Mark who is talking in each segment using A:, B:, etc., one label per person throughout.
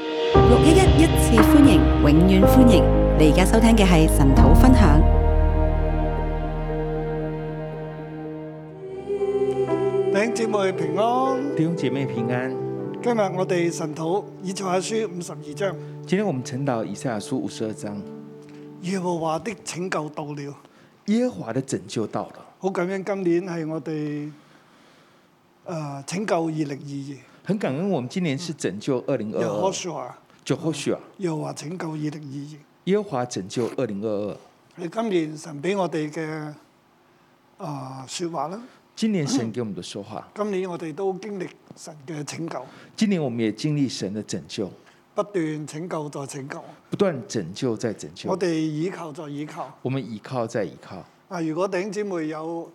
A: 一一一次歡迎，永遠歡迎！你而家收聽嘅係神土分享。
B: 弟兄姊妹平安，
C: 弟兄姐妹平安，
B: 今日我哋神土以賽亞書五十二章，
C: 今天我们晨祷以赛亚书五十二章，
B: 耶和華的拯救到了。
C: 耶和华的拯救到了，
B: 好感恩今年係我哋呃拯救二零二
C: 很感恩我们今年是拯救二零
B: 二，耶
C: 二
B: 和
C: 二，
B: 華
C: 就或许啊，
B: 耶和華拯救二零
C: 耶和华拯救二零二二，
B: 二二，係今年神俾我哋嘅啊説話啦。
C: 今年神给我们的说话，
B: 今年我哋都經歷神嘅拯救，
C: 今年我们也经历神的拯救，
B: 不斷拯救再拯救，
C: 不断拯救再拯
B: 我
C: 救，
B: 哋倚靠再倚靠。
C: 我们倚靠再倚靠。
B: 啊，如果弟兄姊妹有誒、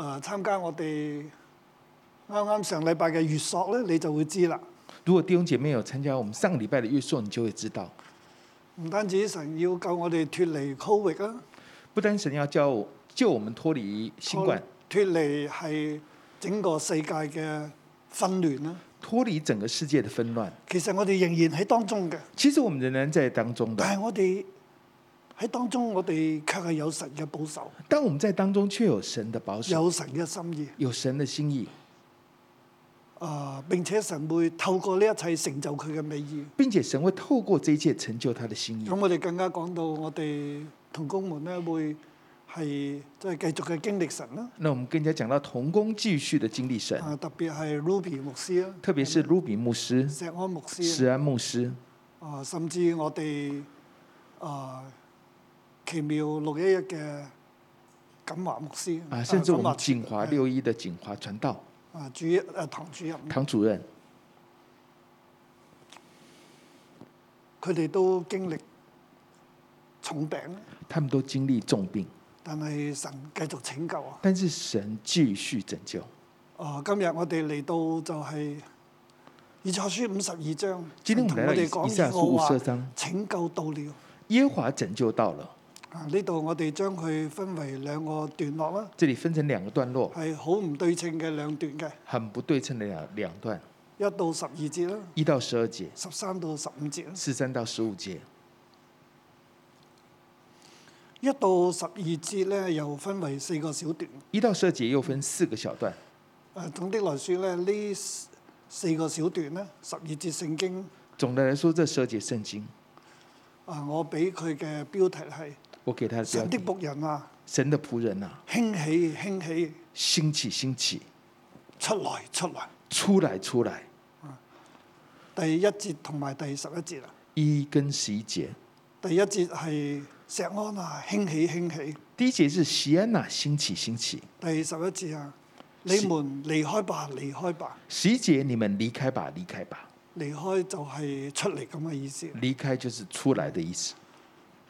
B: 呃、參加我哋啱啱上禮拜嘅月索咧，你就會知啦。
C: 如果弟兄姐妹有参加我们上个礼拜的月朔，你就会知道，
B: 唔單止神要救我哋脱離 Covid 啦，
C: 不单神要叫我救我们脱离新冠，
B: 脱離係整個世界嘅紛亂啦。
C: 脱离整个世界的纷乱，
B: 其實我哋仍然喺當中嘅，
C: 其实我们仍然在当中的。
B: 但係我哋喺當中，我哋卻係有神嘅保守，
C: 但我们在当中却有神的保守，
B: 有神嘅心意。
C: 有神的心意，
B: 啊、並且神會透過呢一切成就佢嘅美意。
C: 并且神会透过这一切成就他的心意
B: 咁。我哋更加講到我哋同工們咧，會係即係繼續嘅經歷神啦。
C: 那我们更加讲到童工继续的经历神，
B: 啊，特別係 Ruby 牧師啦，
C: 特别是卢比牧师、
B: 石安牧師
C: 石安牧师，
B: 啊，甚至我哋啊奇妙六一一嘅錦華牧師
C: 啊，甚至我
B: 錦華
C: 们锦华六一的嗯锦华传道
B: 啊主啊堂主任，
C: 唐主任，
B: 佢哋都經歷重病啦，
C: 他们都经历重病，
B: 但係神繼續拯救啊！
C: 但是神继续拯救。
B: 啊，今日我哋嚟到就係以賽書五十二章，
C: 今天我
B: 同
C: 们
B: 我
C: 来到
B: 哋
C: 以
B: 講
C: 以赛
B: 耶
C: 亚书
B: 和
C: 五十
B: 華
C: 二章，
B: 拯救到了。
C: 耶和华拯救到了。
B: 啊，呢度我哋將佢分為兩個段落啦，
C: 这里分成两个段落，
B: 係好唔對稱嘅兩段嘅，
C: 很不對稱的两两段，
B: 一到十二節啦，
C: 一到十二节，
B: 十三到十五節啦。
C: 十三到十五节。
B: 一到十二節咧又分為四個小段。
C: 一到十二节又分四个小段。
B: 誒，總的來説咧，呢四個小段咧，十二節聖經
C: 总的来说，这十二节圣經，
B: 啊，我俾佢嘅標題係
C: 我给它的标
B: 神的
C: 题：
B: 仆人啊，
C: 神的仆人啊，
B: 興起興起，
C: 兴起兴起，
B: 出來出來。
C: 出来出来。
B: 第一節同埋第十一節啊，
C: 一跟十一节，
B: 第一節係石安啊，興起興起。
C: 第一节是西安娜兴起兴起，
B: 第十一節啊，你
C: 是
B: 們離開吧，離開吧，
C: 十一节你们离开吧，离开吧，
B: 離開就係出嚟咁嘅意思
C: 离开就是出来的意思，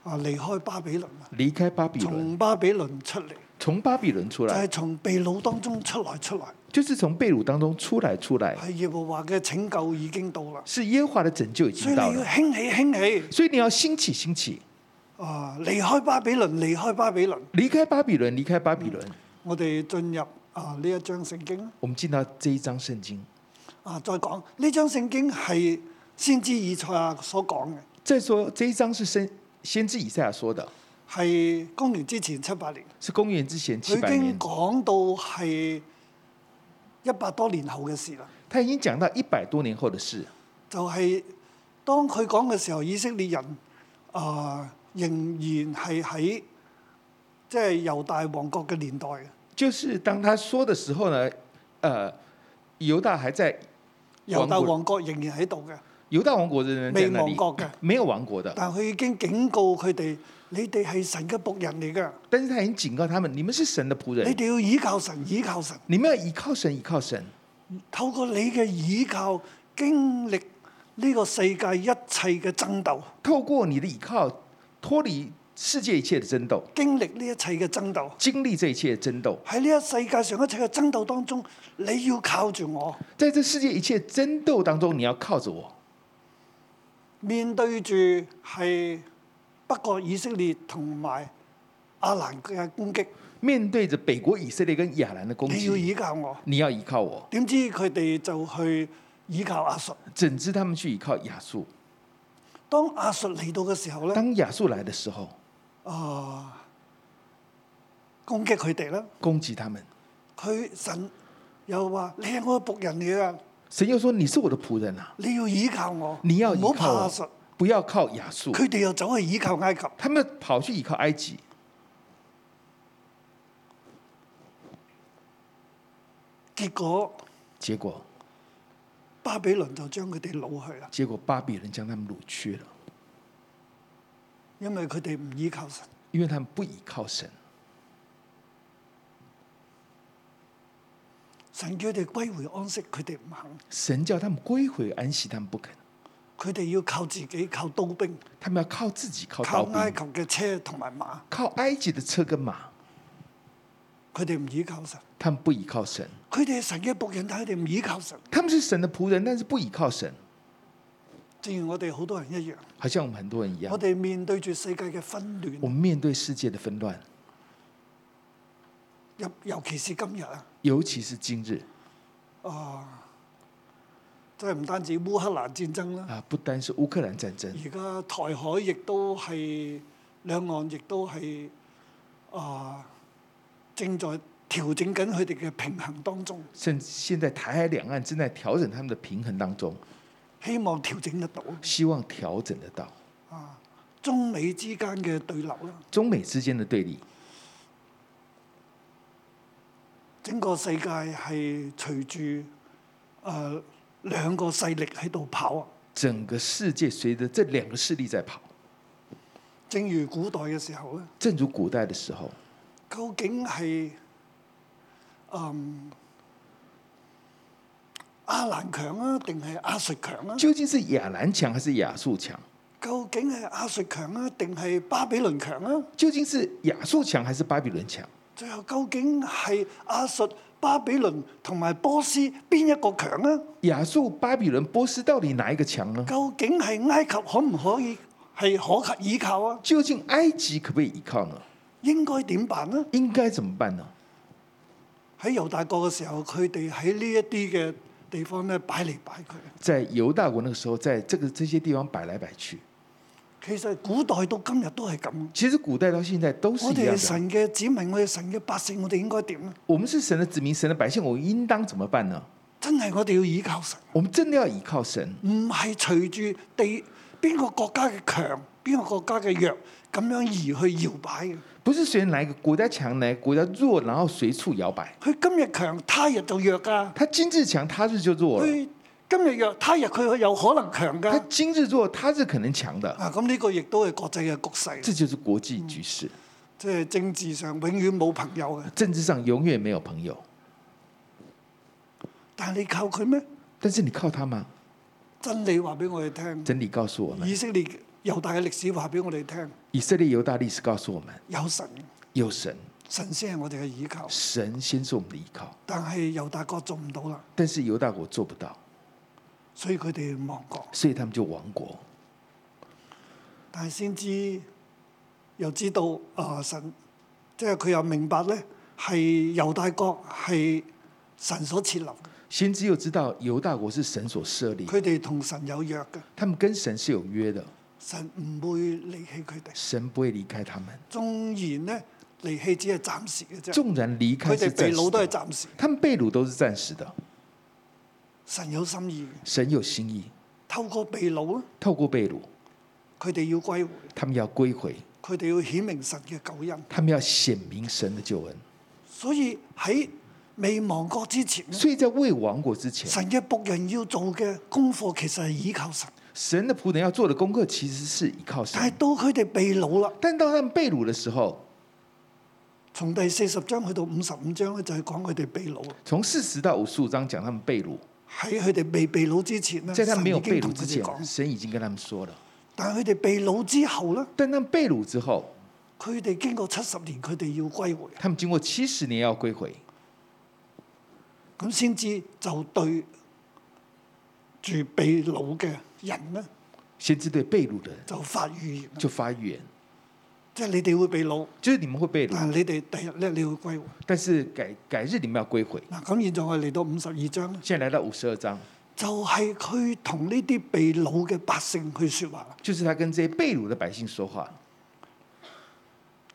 B: 啊！離開巴比倫啊，
C: 离开巴比伦，
B: 從巴比倫出嚟，
C: 从巴比伦出
B: 就
C: 来
B: 係，從被擄當中出來，出來
C: 就是从被掳当中出来出来，
B: 係耶和華嘅拯救已經到啦，
C: 是耶和华的拯救已
B: 所以
C: 经
B: 你
C: 到
B: 要
C: 了，
B: 興起興起
C: 所以你要兴起兴起，
B: 啊！離開巴比倫，離開巴比倫，
C: 离开巴比伦，离开巴比伦。
B: 我哋進入啊呢一章聖經啦
C: 我们进到这一章圣经，
B: 啊，再講呢章聖經係先知以賽亞所講嘅，
C: 再说这一章是先先知以赛亚说的，
B: 係公元之前七百年。
C: 是公元之前
B: 佢
C: 七
B: 已
C: 百
B: 經
C: 年，
B: 講到係一百多年後嘅事啦。
C: 他已经讲到一百多年后的事。
B: 就係、當佢講嘅時候，以色列人啊、仍然係喺即係猶大王國嘅年代嘅，
C: 就是当他说的时候呢，呃，犹大还在，
B: 猶大
C: 王國
B: 王國仍然喺度嘅，
C: 犹大王国的人在
B: 未
C: 那
B: 亡
C: 里，
B: 國嘅。
C: 没有亡国的。
B: 但佢已經警告佢哋：你哋係神嘅仆人嚟嘅，
C: 但是他已经警告他们，你们是神的仆
B: 你
C: 人，
B: 哋要倚靠神，倚靠神，
C: 你们要倚靠神，倚靠神，
B: 透過你嘅倚靠經歷呢個世界一切嘅爭鬥，
C: 透过你的倚靠，脱离世界一切的争斗，
B: 經歷呢一切嘅爭鬥。
C: 经历这一切的争斗，
B: 喺呢一世界上一切嘅爭鬥當中，你要靠住我，
C: 在这世界一切争斗当中，你要靠着我，
B: 面對住係北國以色列同埋阿蘭嘅攻擊，
C: 面对着北国以色列跟亚兰的攻
B: 你要
C: 击，
B: 倚靠我。
C: 你要倚靠我。
B: 點知佢哋就去倚靠阿述，
C: 整治他们去倚靠亚述，
B: 當亞述嚟到嘅時候咧，
C: 当亚述来的时候，
B: 啊攻擊佢哋啦，
C: 攻击他们。
B: 佢神又話：你係我嘅仆人嚟啊，
C: 神又说：“你是我的仆人啊，
B: 你要倚靠我，
C: 你要依
B: 唔好
C: 靠
B: 怕亞
C: 我
B: 述。，
C: 不要靠亚述。
B: 佢哋又走去倚靠埃及，”
C: 他们跑去依靠埃及，
B: 結果
C: 结果
B: 巴比倫就將佢哋擄去啦，
C: 结果巴比伦将他们掳去了，
B: 因為佢哋唔倚靠神。
C: 因为他们不依靠神。
B: 神叫佢哋歸回安息，佢哋唔肯，
C: 神叫他们归回安息，他们不肯，
B: 佢哋要靠自己，靠刀兵，
C: 他们要靠自己，靠
B: 靠
C: 刀
B: 埃及
C: 兵，
B: 嘅車同埋馬，
C: 靠埃及的车跟马，
B: 佢哋唔倚靠神。
C: 他们不依靠神。
B: 佢哋係神嘅仆人，但係佢哋唔倚靠神。
C: 他们是神的仆人，但是不依靠神，
B: 正如我哋好多人一樣，
C: 好像我们很多人一
B: 我
C: 样，
B: 哋面對住世界嘅紛
C: 我
B: 亂，
C: 们面对世界的纷乱，
B: 尤尤其是今日啊，
C: 尤其是今日
B: 即係唔單止烏克蘭戰爭啦，
C: 啊，不單是乌克兰战争，
B: 而家台海亦都係兩岸亦都係啊正在調整緊佢哋嘅平衡當中，
C: 甚至现在台海两岸正在调整他们的平衡当中，
B: 希望調整得到
C: 希望调整得到
B: 啊中美之間嘅對流啦，
C: 中美之间的对立，
B: 整個世界係隨住誒兩個勢力喺度跑啊。
C: 整个世界随着这两个势力在跑。
B: 正如古代嘅時候咧，
C: 正如古代的时候，
B: 究竟係嗯亞蘭強啊，定係亞述強啊？
C: 究竟是亚兰强还是亚述强？
B: 究竟係亞述強啊，定係巴比倫強啊？
C: 究竟是亚述强还是巴比伦强？
B: 最後究竟係亞述、巴比倫同埋波斯邊一個強啊？
C: 亚述、巴比伦、波斯到底哪一个强呢？
B: 究竟係埃及可唔可以係可靠倚靠啊？
C: 究竟埃及可不可以依靠呢？
B: 應該點辦呢？
C: 应该怎么办呢？
B: 喺猶大國嘅時候，佢哋喺呢一啲嘅地方咧擺嚟擺去。
C: 在犹大国那个时候，在这个这些地方摆来摆去，
B: 其實古代到今日都係咁。
C: 其实古代到现在都是啊
B: 我
C: 一
B: 哋
C: 样
B: 係哦
C: 的。
B: 神嘅子民，我哋神嘅百姓，我哋應該點咧？
C: 我们是神的子民，神的百姓，我们应当怎么办呢？
B: 真係我哋要倚靠神，
C: 我们真的要依靠神，
B: 唔係隨住地邊個國家嘅強，邊個國家嘅弱，咁樣而去搖擺嘅。
C: 不是随便哪一个国家强，哪一个国家弱，然后随处摇摆。
B: 佢今日強，他日就弱㗎；
C: 他今日强，他日就弱了；
B: 佢今日弱，他日佢有可能強
C: 他
B: 㗎。
C: 今日弱，他日可能强的。
B: 啊，咁呢個亦都係國際嘅局勢，
C: 这就是国际局势，
B: 即係政治上永遠冇朋友嘅。
C: 政治上永远没有朋友，
B: 但係你靠佢咩？
C: 但是你靠他吗？
B: 真理話俾我哋聽，
C: 真理告诉我们，
B: 以色列猶大嘅歷史話俾我哋聽，
C: 以色列犹大历史告诉我们，
B: 有神，
C: 有神，
B: 神先係我哋嘅倚靠。
C: 神先是我们的依靠。
B: 但係猶大國做唔到啦，
C: 但是犹大国做不到，
B: 所以佢哋亡國。
C: 所以他们就亡国。
B: 但係先知又知道啊、神，即係佢又明白咧，係猶大國係神所設立嘅，
C: 先知又知道犹大国是神所设立，
B: 佢哋同神有約嘅，
C: 他们跟神是有约的，
B: 神唔會離棄佢哋。
C: 神不会离开他们。
B: 縱然咧離棄只係暫時嘅啫，
C: 纵然离
B: 佢
C: 开
B: 哋
C: 是
B: 被
C: 暂
B: 掳
C: 时
B: 都係
C: 的，
B: 暫時。
C: 他们被掳都是暂时的。
B: 神有心意嘅，
C: 神有心意，
B: 透過被掳咧，
C: 透过被掳，
B: 佢哋要歸回，
C: 他们要归回，
B: 佢哋要顯明神嘅救恩。
C: 他们要显明神的救恩。
B: 所以喺未亡國之前咧。
C: 所以在未亡国之前，
B: 神嘅仆人要做嘅功課其實係倚靠神，
C: 神的仆人要做的功课其实是依靠神
B: 但。係到佢哋被掳啦，
C: 但到他们被掳的时候，
B: 從第四十章去到五十五章咧，就係講佢哋被掳啦。
C: 从四十到五十五章讲他们被掳，
B: 喺佢哋未被掳之前咧，
C: 在他
B: 神
C: 们没有
B: 已經
C: 被
B: 同
C: 掳
B: 佢
C: 之
B: 哋
C: 前，
B: 講。
C: 神已经跟他们说了。
B: 但係佢哋被掳之後咧，
C: 但他们被掳之后，
B: 佢哋經過七十年，佢哋要歸回，
C: 他们经过七十年要归回，
B: 咁先至就對住被掳嘅人咧
C: 先知对被掳的人
B: 就發預言啦，
C: 就发预言，
B: 即係你哋會被掳，
C: 就是你们会被
B: 但
C: 掳，
B: 係你哋第日咧你會歸回。
C: 但是改改日你们要归回。
B: 嗱，咁現在我哋嚟到五十二章咧，
C: 现在来到五十二章，
B: 就係佢同呢啲被擄嘅百姓去説話，
C: 就是他跟这些被掳的百姓说话，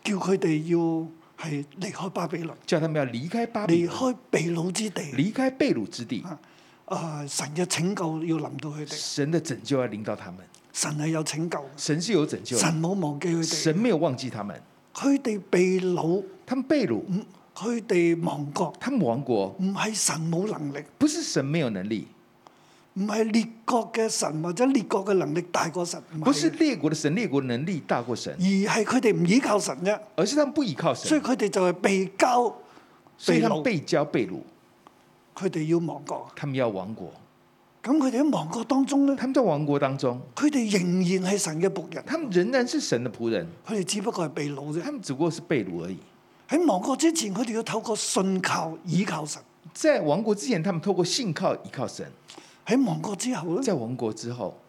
B: 叫佢哋要係離開巴比倫，
C: 叫他们要离开巴比
B: 離
C: 伦，
B: 開被擄之地。
C: 离开被掳之地，
B: 啊啊！神嘅拯救要臨到佢哋，
C: 神的拯救要临到他们，
B: 神係有拯救嘅，
C: 神是有拯救的，
B: 啊神冇忘記佢哋。
C: 神没有忘记他们，
B: 佢哋被擄，
C: 他们被掳，
B: 唔佢哋亡國，
C: 他们亡国，
B: 唔係神冇能力，
C: 不是神没有能力，
B: 唔係列國嘅神或者列國嘅能力大過神，唔
C: 不是
B: 係，
C: 列国的神，列国的能力大过神
B: 而，係佢哋唔依靠神啫，
C: 而是他们不依靠
B: 嗯所以
C: 神，
B: 佢哋就係被交，
C: 所以他们
B: 被
C: 被交被掳，
B: 佢哋要亡國。
C: 他们要亡国，
B: 咁佢哋喺亡國當中咧，
C: 他们在亡国当中，
B: 佢哋仍然係神嘅仆人，
C: 他們仍然是神的仆人，
B: 佢哋只不過係被掳啫
C: 他。们只不過是被掳而已。
B: 喺亡國之前，佢哋要透過信靠倚靠神；
C: 在亡国之前，他们透过信靠依靠神；
B: 喺亡國之後咧，
C: 在亡国之後，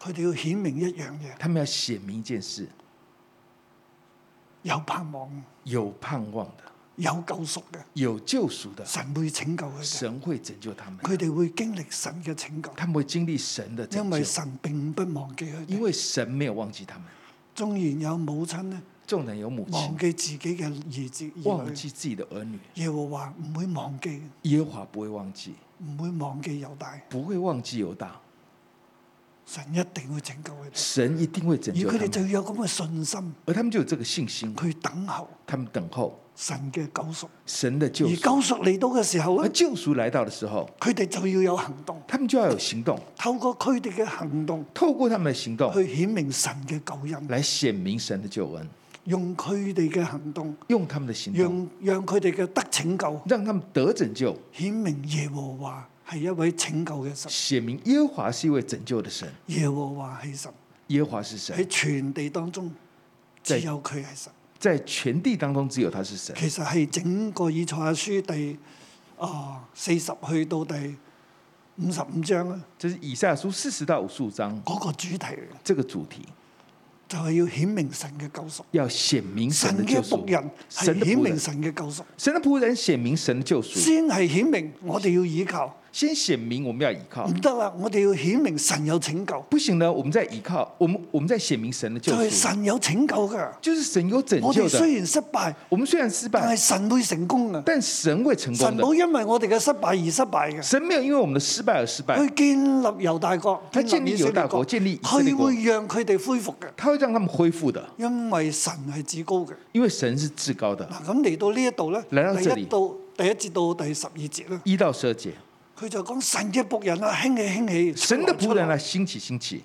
B: 佢哋要顯明一樣嘢，
C: 他們要顯明一件事：
B: 有盼望、
C: 有盼望的，
B: 有救贖嘅，
C: 有救贖的，
B: 神會拯救佢哋，
C: 神會拯救他們，
B: 佢哋會經歷神嘅拯救，
C: 他們會經歷神的拯
B: 因
C: 救
B: 為，神並不忘記佢
C: 因
B: 哋。
C: 為神沒有忘記他們。
B: 縱然有母親咧
C: 眾人有母
B: 忘
C: 親，
B: 記自己嘅兒子兒
C: 忘
B: 女，
C: 記自己的兒女，
B: 耶和華唔會忘記，
C: 耶和華不會忘記，
B: 唔會忘記猶大，
C: 不會忘記猶大，
B: 神一定會拯救佢哋。
C: 神一定會拯
B: 而
C: 救他
B: 佢哋就
C: 們。
B: 要有咁嘅信心，
C: 而他們就有這個信心，
B: 佢等候
C: 他們等候
B: 神嘅救贖。
C: 神的救
B: 而
C: 贖。
B: 救贖嚟到嘅時候
C: 而
B: 咧，
C: 救贖來到的時候，
B: 佢哋就要有行動，
C: 他們就要有行動，
B: 透過佢哋嘅行動
C: 透過他們的行動
B: 去顯明神嘅救恩，
C: 來顯明神的救恩，
B: 用佢哋嘅行動，
C: 用他們的行動
B: 讓讓佢哋嘅得拯救，
C: 讓他們得拯救，
B: 顯明耶和華係一位拯救嘅神，
C: 顯明耶和華是一位拯救的神，
B: 耶和華係神
C: 耶和華是神
B: 喺，全地當中，只有佢係神。
C: 在全地當中只有他是神。
B: 其實係整個以賽亞書第啊四十去到第五十五章啊，
C: 這是以賽亞書四十到五十五章
B: 嗰、個主題嚟嘅
C: 這個主題，
B: 就係要顯明神嘅救贖。
C: 要顯明神
B: 神
C: 的
B: 嘅
C: 救
B: 仆人
C: 贖，神
B: 係
C: 的
B: 顯
C: 仆
B: 明
C: 人，
B: 神嘅救贖，
C: 神的仆人顯明神的救贖，
B: 先係顯明我哋要倚靠，
C: 先顯明我們要依靠
B: 唔，得啦，我哋要顯明神有拯救，
C: 不行呢，我們再依靠，我們我們再顯明神的救
B: 就係
C: 贖，
B: 神有拯救㗎。
C: 就是神有拯
B: 我
C: 救
B: 哋雖
C: 的。
B: 然失敗，
C: 我們雖然失
B: 但係
C: 敗，
B: 神會成功㗎。
C: 但神會成功
B: 神
C: 的。
B: 冇因為我哋嘅失敗而失敗嘅，
C: 神沒有因為我們的失敗而失敗，
B: 佢建立猶大國，
C: 佢建立
B: 以色
C: 猶
B: 列
C: 大國建立以色列
B: 佢
C: 國
B: 會讓佢哋恢復嘅，
C: 他會讓他們恢復的，
B: 因為神係至高嘅。
C: 因為神是至高的。
B: 嗱，咁嚟到呢一度咧，
C: 嚟到這裡
B: 第一到第一節到第十二節咧，
C: 一到十二節，
B: 佢就講神嘅仆人啊，興起興起，
C: 神的
B: 出
C: 仆
B: 來
C: 人啊，興起興起，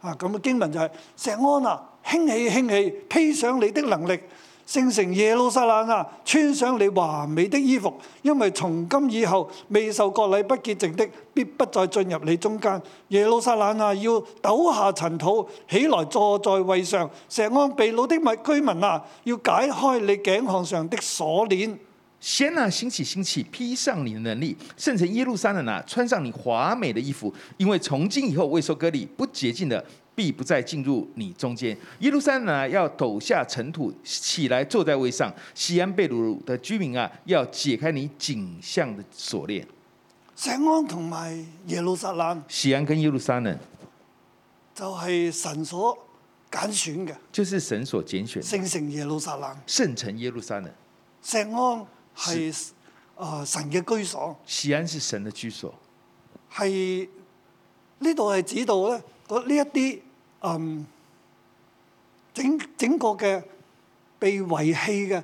B: 啊，咁嘅經文就係、石安啊，興起興起，披上你的能力，聖城耶路撒冷啊，穿上你華美的衣服，因為從今以後未受割禮不潔淨的，必不再進入你中間。耶路撒冷啊，要抖下塵土，起來坐在位上。石安被擄的民居民啊，要解開你頸項上的鎖鏈。
C: 先啊，興起興起，披上你的能力，聖城耶路撒冷啊，穿上你華美的衣服，因為從今以後未受割禮不潔淨的，必不再进入你中间。耶路撒冷啊，要抖下尘土，起来坐在位上。西安被掳的居民啊，要解開你颈项的锁链。
B: 石安同埋耶路撒冷
C: 西安跟耶路撒冷
B: 就係神所揀選嘅
C: 就是神所揀選的
B: 聖城耶路撒冷。
C: 聖城耶路撒冷。
B: 石安係啊神嘅居所，
C: 西安是神的居所，
B: 係呢度係指到咧嗰呢一啲嗯整整個嘅被遺棄嘅，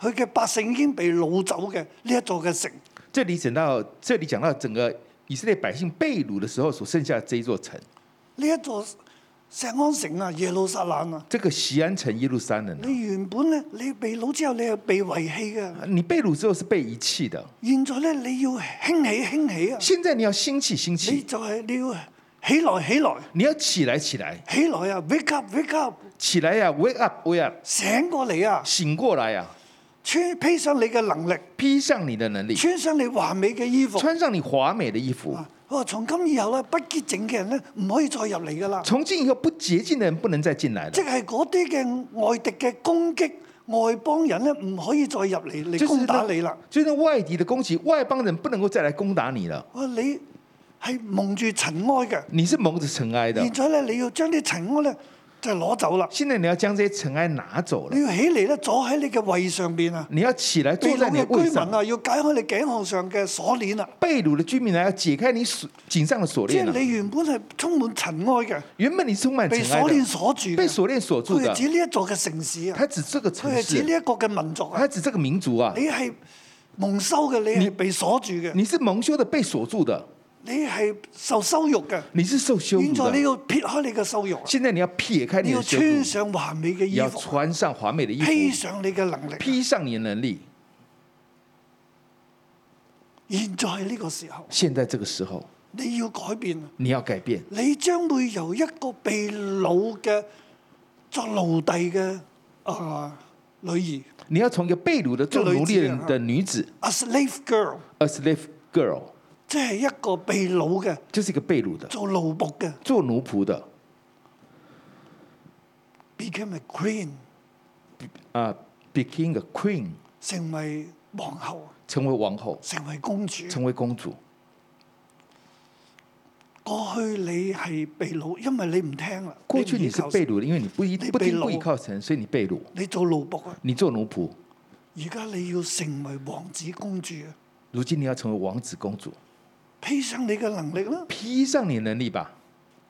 B: 佢嘅百姓已經被擄走嘅呢一座嘅城，
C: 这里讲到这里讲到整个以色列百姓被掳的时候所剩下的这一座城，
B: 呢一座石安城啊，耶路撒冷啊，
C: 这个西安城耶路撒冷啊，
B: 你原本咧你被擄之後你係被遺棄嘅，
C: 你被掳之後是被遺棄的，
B: 現在咧你要興起興起啊，
C: 現在你要興起興
B: 你
C: 起，
B: 就係你要起來起來
C: 你要起來起來
B: 起來啊，wake up wake up，
C: 起來呀、w a k e up wake up，
B: 醒過嚟啊！
C: 醒過來呀、
B: 穿披上你嘅能力，
C: 披上你的能力，
B: 穿上你華美嘅衣服。
C: 穿上你華美的衣服。
B: 啊佢話：從今以後咧，不潔淨嘅人咧，唔可以再入嚟噶啦。
C: 從今以後不潔淨的人不能再進來
B: 即
C: 了，
B: 係嗰啲嘅外敵嘅攻擊、外邦人咧唔可以再入嚟嚟
C: 就是
B: 攻打
C: 那
B: 你啦。
C: 就是那外敌的攻击，外邦人不能够再来攻打你了。
B: 哇！哦你係蒙住塵埃嘅，
C: 你是蒙着尘埃的
B: 現，在咧你要將啲塵埃咧就攞走啦，
C: 现在你要将这些尘埃拿走了
B: 你，要起嚟咧坐喺你嘅位上邊啊！
C: 你要起来
B: 被
C: 坐在
B: 擄
C: 你的
B: 嘅
C: 位
B: 居
C: 上
B: 民。啊，要解開你頸項上嘅鎖鏈啊！
C: 被掳的居民呢，要解开你锁颈上的锁
B: 即
C: 链
B: 係
C: 了。
B: 你原本係充滿塵埃嘅，
C: 原本你是充满尘
B: 被鎖
C: 埃
B: 鏈
C: 的，
B: 鎖住嘅，
C: 被鎖鏈鎖住
B: 佢
C: 的
B: 係指呢一座嘅城市啊，
C: 他指这个城
B: 佢係指
C: 市，
B: 呢一個嘅民族啊
C: 他，指这个民族啊
B: 你，係蒙羞嘅，你係
C: 你
B: 被鎖住嘅，
C: 你是蒙羞的，被锁住的，
B: 你係受羞辱嘅。
C: 你是受羞
B: 現
C: 辱
B: 在你
C: 的。
B: 要撇開你嘅羞辱啊，
C: 现在你要撇开
B: 你
C: 你
B: 要
C: 的羞
B: 穿
C: 辱，
B: 上華美嘅
C: 你
B: 衣
C: 要
B: 服，
C: 穿上华美的衣
B: 披
C: 服，
B: 上你嘅能力。啊
C: 披上你的能力。
B: 現在呢個時候，
C: 现在这个时候，
B: 你要改變，
C: 你要改变，
B: 你將會由一個被掳嘅作奴隸嘅啊女兒
C: 你要从一个被掳的做奴隶人的女子
B: ，a slave girl，
C: ，a slave girl，
B: 即係一個被掳嘅
C: 就是一个被掳的，
B: 做奴仆嘅
C: 做奴仆的，
B: ，became a queen，
C: 啊，became a queen，
B: 成為皇后，
C: 成为王后，
B: 成為公主。
C: 成为公主。
B: 過去你係被掳，因為你唔聽啦。
C: 过去
B: 你唔
C: 你
B: 依
C: 是
B: 靠
C: 被
B: 神
C: 掳的，因为你不依
B: 你
C: 不听
B: 被掳
C: 不依靠神，所以你被掳，
B: 你做奴仆啊！
C: 你做奴仆。
B: 而家你要成為王子公主啊！
C: 如今你要成为王子公主，
B: 披上你嘅能力啦，
C: 披上你的能力吧，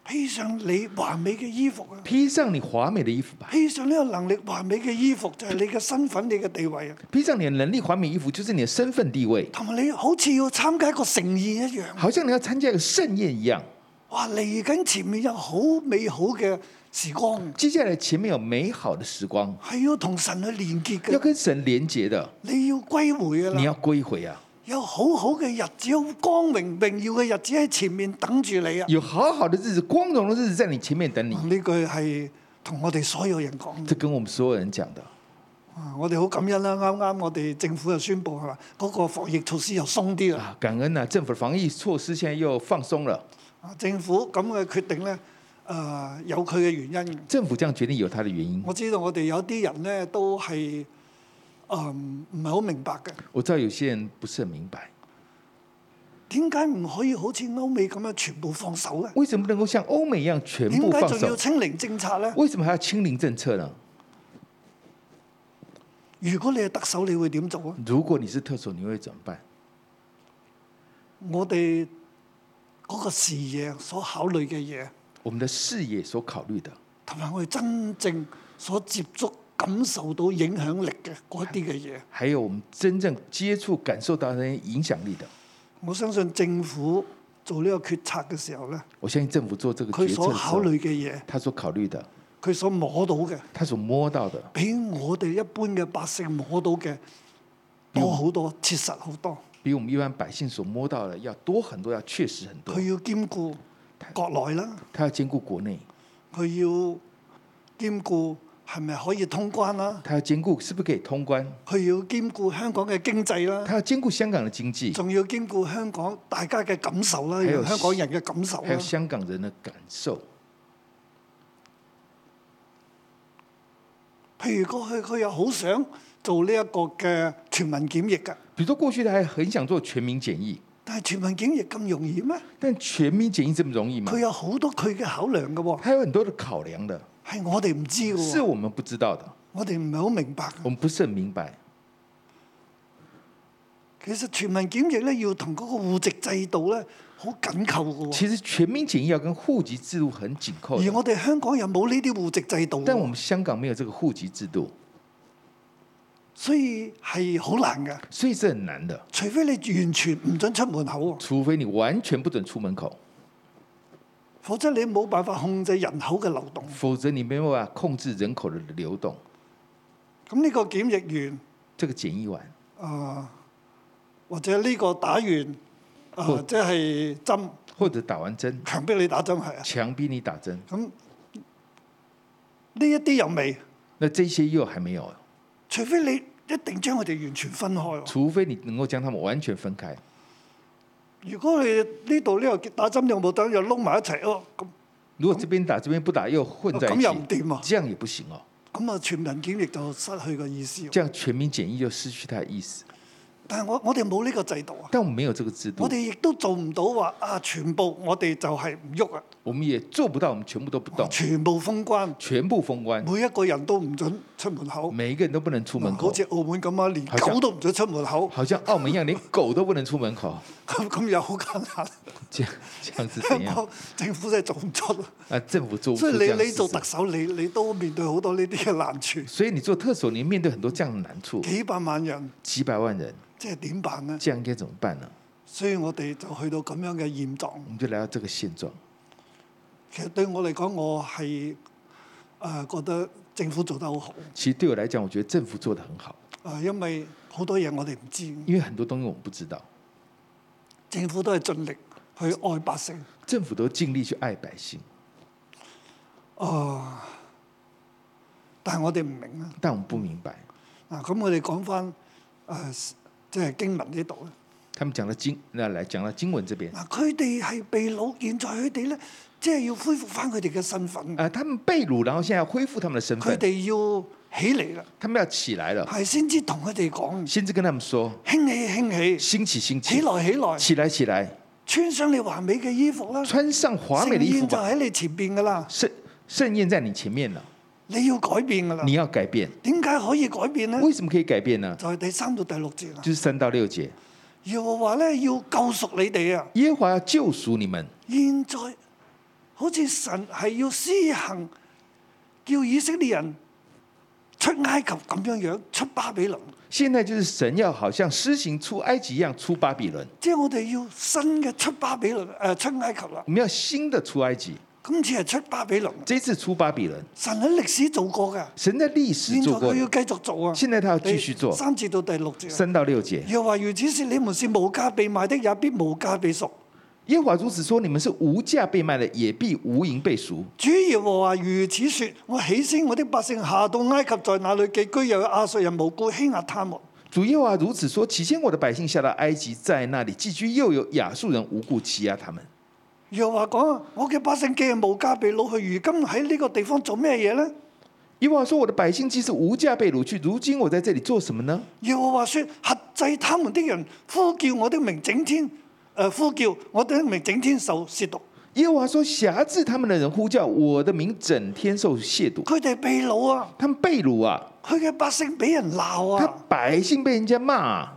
B: 披上你華美嘅衣服啊！
C: 披上你华美的衣服吧，
B: 披上呢個能力華美嘅衣服，就係、你嘅身份、你嘅地位啊，
C: 披上你的能力华美衣服，就是你的身份地位，
B: 同埋你好似要參加一個盛宴一樣。
C: 好像你要参加一个盛宴一样。
B: 哇！嚟緊前面有好美好嘅時光，
C: 接下来前面有美好的时光，
B: 係要同神去連結嘅。
C: 要跟神连结的，
B: 你要歸回㗎
C: 你要
B: 啦，
C: 归回啊，
B: 有好好嘅日子，好光榮榮耀嘅日子喺前面等住你啊！
C: 有好好的日子，光荣的日子在你前面等你。
B: 呢句係同我哋所有人講嘅。
C: 这跟我们所有人讲的，
B: 啊我哋好感恩啦，啱啱我哋政府又宣布係嘛，嗰、個防疫措施又鬆啲啦。
C: 啊，感恩啊，政府的防疫措施现在又放松了，
B: 啊政府咁嘅決定咧，誒、有佢嘅原因嘅。
C: 政府这样决定有它的原因。
B: 我知道我哋有啲人咧都係誒唔係好明白嘅，
C: 我知道有些人不是很明白，
B: 點解唔可以好似歐美咁樣全部放手咧？
C: 为什么不能够像欧美一样全
B: 點
C: 部
B: 解
C: 放
B: 仲要
C: 手？
B: 清零政策咧？
C: 为什么还要清零政策呢？
B: 如果你係特首，你會點做啊？
C: 如果你是特首，你会怎么办？
B: 我哋嗰個視野所考慮嘅嘢，
C: 我们的视野所考虑的，
B: 同埋我哋真正所接觸、感受到影響力嘅嗰啲嘅嘢，
C: 还有我们真正接触、感受到的影响力的，
B: 我相信政府做呢個決策嘅時候咧，
C: 我相信政府做这个决
B: 佢
C: 策
B: 所
C: 的时
B: 考
C: 候，
B: 慮嘅嘢，
C: 他所考虑的，
B: 佢所摸到嘅。
C: 他所摸到的，
B: 比我哋一般嘅百姓摸到嘅多好多，切實好多。
C: 比我们一般百姓所摸到的要多很多，要确实很多。
B: 佢要兼顧國內啦，
C: 他要兼顾国内，
B: 佢要兼顧係咪可以通關啦，
C: 他要兼顾是不是可以通关，
B: 佢要兼顧香港嘅經濟啦，
C: 他要兼顾香港的经济，
B: 仲要兼顧香港大家嘅感受啦，
C: 還有
B: 有香港人嘅感受
C: 还
B: 啦
C: 有。香港人的感受。
B: 譬如過去佢又好想做呢一個嘅全民檢疫㗎，
C: 比如说过去他还很想做全民检疫，
B: 但係全民檢疫咁容易咩？
C: 但全民检疫这么容易吗
B: 佢？有好多佢嘅考量㗎喎，
C: 它有很多的考量的，
B: 係我哋唔知㗎
C: 是
B: 喎，
C: 我们不知道的，
B: 我哋唔係好明白㗎。
C: 我们不是很明白。
B: 其實全民檢疫咧，要同嗰個户籍制度咧好緊扣嘅喎。
C: 其实全民检疫要跟户籍制度很紧扣
B: 而
C: 的，
B: 我哋香港又冇呢啲户籍制度喎，
C: 但我们香港没有这个户籍制度，
B: 所以係好難嘅。
C: 所以是很难的。
B: 除非你完全唔准出門口喎，
C: 除非你完全不准出门口，
B: 否則你冇辦法控制人口嘅流動。
C: 否则你没有办法控制人口的流动。
B: 咁呢個檢疫員
C: 这个检疫完，
B: 啊、或者呢個打完啊、
C: 好
B: 即係針
C: 或者打完针，
B: 強迫你打針係啊。
C: 强逼你打针，
B: 咁呢一啲又未，
C: 那这些又还没有，
B: 除非你一定將佢哋完全分開喎。
C: 除非你能够将他们完全分开。
B: 如果你呢度呢度打針又冇打，又撈埋一齊哦，咁
C: 如果这边打这边不打，又混在一
B: 咁又唔
C: 起，
B: 掂啊！
C: 这样也不行哦。
B: 咁啊全民檢疫就失去個意思。
C: 这样全民检疫就失去它的意思。
B: 但係我我哋冇呢個制度啊，
C: 但我们没有这个制度
B: 我，哋亦都做唔到話啊，全部我哋就係唔喐啊，
C: 我们也做不到，我们全部都不动，
B: 哦全部封關，
C: 全部封關，
B: 每一個人都唔准出門口，
C: 每一个人都不能出嗯门口
B: 哦好似，澳門咁啊，連
C: 好像
B: 狗都唔准出門口，
C: 好像澳门一样，连狗都不能出门口，
B: 咁咁又好艱難。
C: 这样这样是
B: 香
C: 怎 样？
B: 港政府真係做唔出啊，
C: 啊，政府做不
B: 所
C: 出
B: 以
C: 这样
B: 你
C: 的
B: 你
C: 事
B: 做
C: 情
B: 特首，你你都面對好多呢啲嘅難處，
C: 所以你做特首，你面对很多这样的难处，
B: 幾百萬人
C: 几百万人，
B: 即係點辦呢？
C: 这样应该怎么辦呢？
B: 所以我哋就去到咁樣嘅現狀。
C: 我们就来到这个现状。
B: 其實對我嚟講，我係誒、呃、覺得政府做得好好，誒、
C: 其实对我来讲，我觉得政府做得很好，
B: 因為好多嘢我哋唔知，
C: 因为很多东西我们不知道，
B: 政府都係盡力去愛百姓。
C: 政府都尽力去爱百姓，
B: 啊、但係我哋唔明啊。
C: 但我们不明白。
B: 嗱，咁我哋講翻誒即係經文呢度啊咧。
C: 他们讲到经，那来讲到經文这边，
B: 嗱，佢哋係被擄，現在佢哋咧，即係要恢復翻佢哋嘅身份，
C: 啊，他们被掳，然后現在要恢復他們的身
B: 佢
C: 份，
B: 哋要起嚟啦，
C: 他們要起來了，
B: 係先知同佢哋講：
C: 先知跟他們說：
B: 興起，興起，
C: 興起，興
B: 起
C: 起，
B: 來，起來，
C: 起來，起來，
B: 穿上你華美嘅衣服啦，
C: 穿上華美的衣
B: 盛
C: 服
B: 宴就
C: 吧。
B: 喺你前邊噶啦，
C: 盛盛宴在你前面了，
B: 你要改變噶啦
C: 你。要改變。
B: 點解可以改變呢？
C: 為什麼可以改變呢？
B: 就係第三到第六節啦
C: 就。是三到六節，
B: 耶和華咧要救贖你哋啊！
C: 耶和華要救贖你們。
B: 現在好似神係要施行，叫以色列人出埃及咁樣樣，出巴比倫。
C: 現在就是神要好像施行出埃及一樣出巴比倫，
B: 即係我哋要新嘅出巴比倫，誒、呃出埃及啦。
C: 我們要新的出埃及，
B: 今次係出巴比倫，
C: 這次出巴比倫，
B: 神喺歷史做過嘅，
C: 神在歷史
B: 現在
C: 做過
B: 佢
C: 的
B: 要繼續做啊。
C: 現在他要繼續做
B: 第三節到第六節啊。
C: 三到六節。
B: 又話如此是你們是無價被賣的，也必無價被贖。
C: 耶和華如此說：你們是無價被賣的，也必無銀被赎。
B: 主耶和華如此說：我起先我的百姓下到埃及，在那裏寄居，又有亞述人無故欺壓他們。
C: 主耶和华如此说：起先我的百姓下到埃及，在那里寄居，又有亚述人无故欺压他们。
B: 又話講：我嘅百姓既然無價被擄去，如今喺呢個地方做咩嘢呢？
C: 耶和华说：我的百姓既是无价被掳去，如今我在这里做什么呢？
B: 耶和華說：核制他們的人呼叫我的名，整天誒、呃呼叫我的名，整天受褻瀆。
C: 耶和华说：辖制他们的人呼叫我的名，整天受亵渎。
B: 佢哋被擄啊，
C: 他们被掳啊，
B: 佢嘅百姓俾人鬧
C: 他
B: 啊，
C: 百姓被人家骂、啊，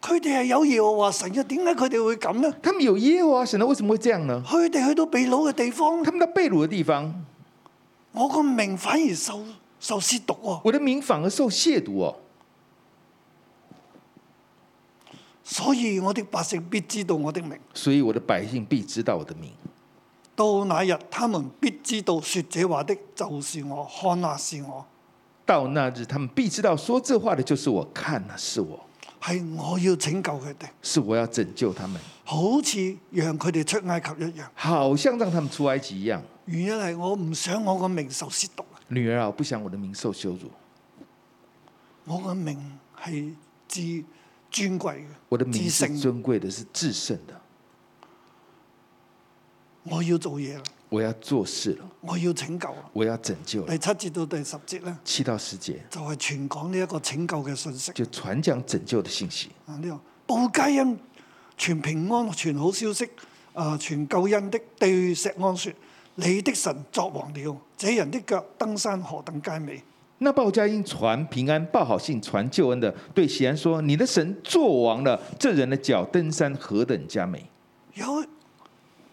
B: 佢哋係有耶和華神嘅，點解佢哋會咁呢？
C: 他们有耶和华神的，为什么会这样呢？
B: 佢哋去到被擄嘅地方
C: 他，们到被掳的地方，
B: 我個名反而受受褻瀆喎。
C: 我的名反而受亵渎哦。
B: 所以我的百姓必知道我的名，
C: 所以我的百姓必知道我的名。
B: 到那日他們必知道說這話的就是我，看那是我，
C: 到那日，他们必知道说这话的就是我，看那是我。
B: 係我要拯救佢哋，
C: 是我要拯救他们，
B: 好似讓佢哋出埃及一樣。
C: 好像让他们出埃及一样。
B: 原因係我唔想我個名受褻瀆，
C: 女儿啊，我不想我的名受羞辱，
B: 我個名係至尊貴
C: 我的
B: 嘅，
C: 名
B: 至
C: 是
B: 聖。
C: 尊贵的，是至圣的。
B: 我要做嘢啦，
C: 我要做事了，
B: 我要拯救啦。
C: 我要拯救了
B: 第。七節到第十節咧，
C: 七到十节
B: 就係、全講呢一個拯救嘅信息。
C: 就传讲拯救的信息，
B: 啊呢個報佳音，傳平安，傳好消息，啊傳救恩的，對錫安說：你的神作王了，這人的腳登山何等佳美！
C: 那报佳音传平安，报好信传救恩的，对喜安说：“你的神做王了，这人的脚登山何等佳美！”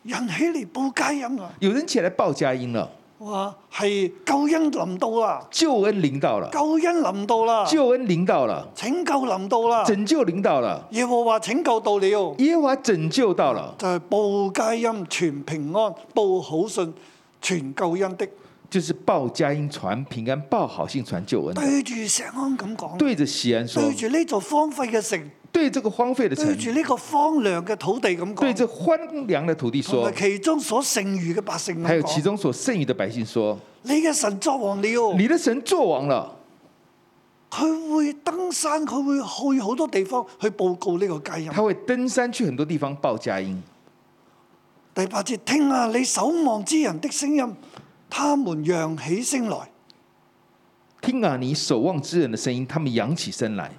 B: 有人起嚟報佳音啊，
C: 有人起来报佳音了，
B: 話係救恩臨到啊啦，
C: 救恩临到了，
B: 救恩臨到啦，
C: 救恩临到了，
B: 拯救臨到啦，
C: 拯救临到了，
B: 耶和華拯救到了，就
C: 耶和華拯救到了。
B: 係報佳音，傳平安，報好信，傳救恩的，
C: 就是报佳音传平安，报好信传救恩的。
B: 對住錫安咁講，
C: 对着西安说
B: 對，住呢座荒廢嘅城。
C: 对这个荒废的城
B: 對，住呢個荒涼嘅土地咁講，
C: 对这荒凉的土地
B: 同
C: 说
B: 埋，其中所剩餘嘅百姓
C: 还
B: 咁
C: 有其
B: 講。
C: 中所剩余的百姓说，
B: 你嘅神作王了，
C: 你的神做王了，
B: 佢會登山，佢會去好多地方去報告呢個佳音。
C: 他会登山去很多地方报佳音。
B: 第八節，聽啊，你守望之人的聲音，他們揚起聲來。
C: 听啊，你守望之人的声音，他们扬起身来。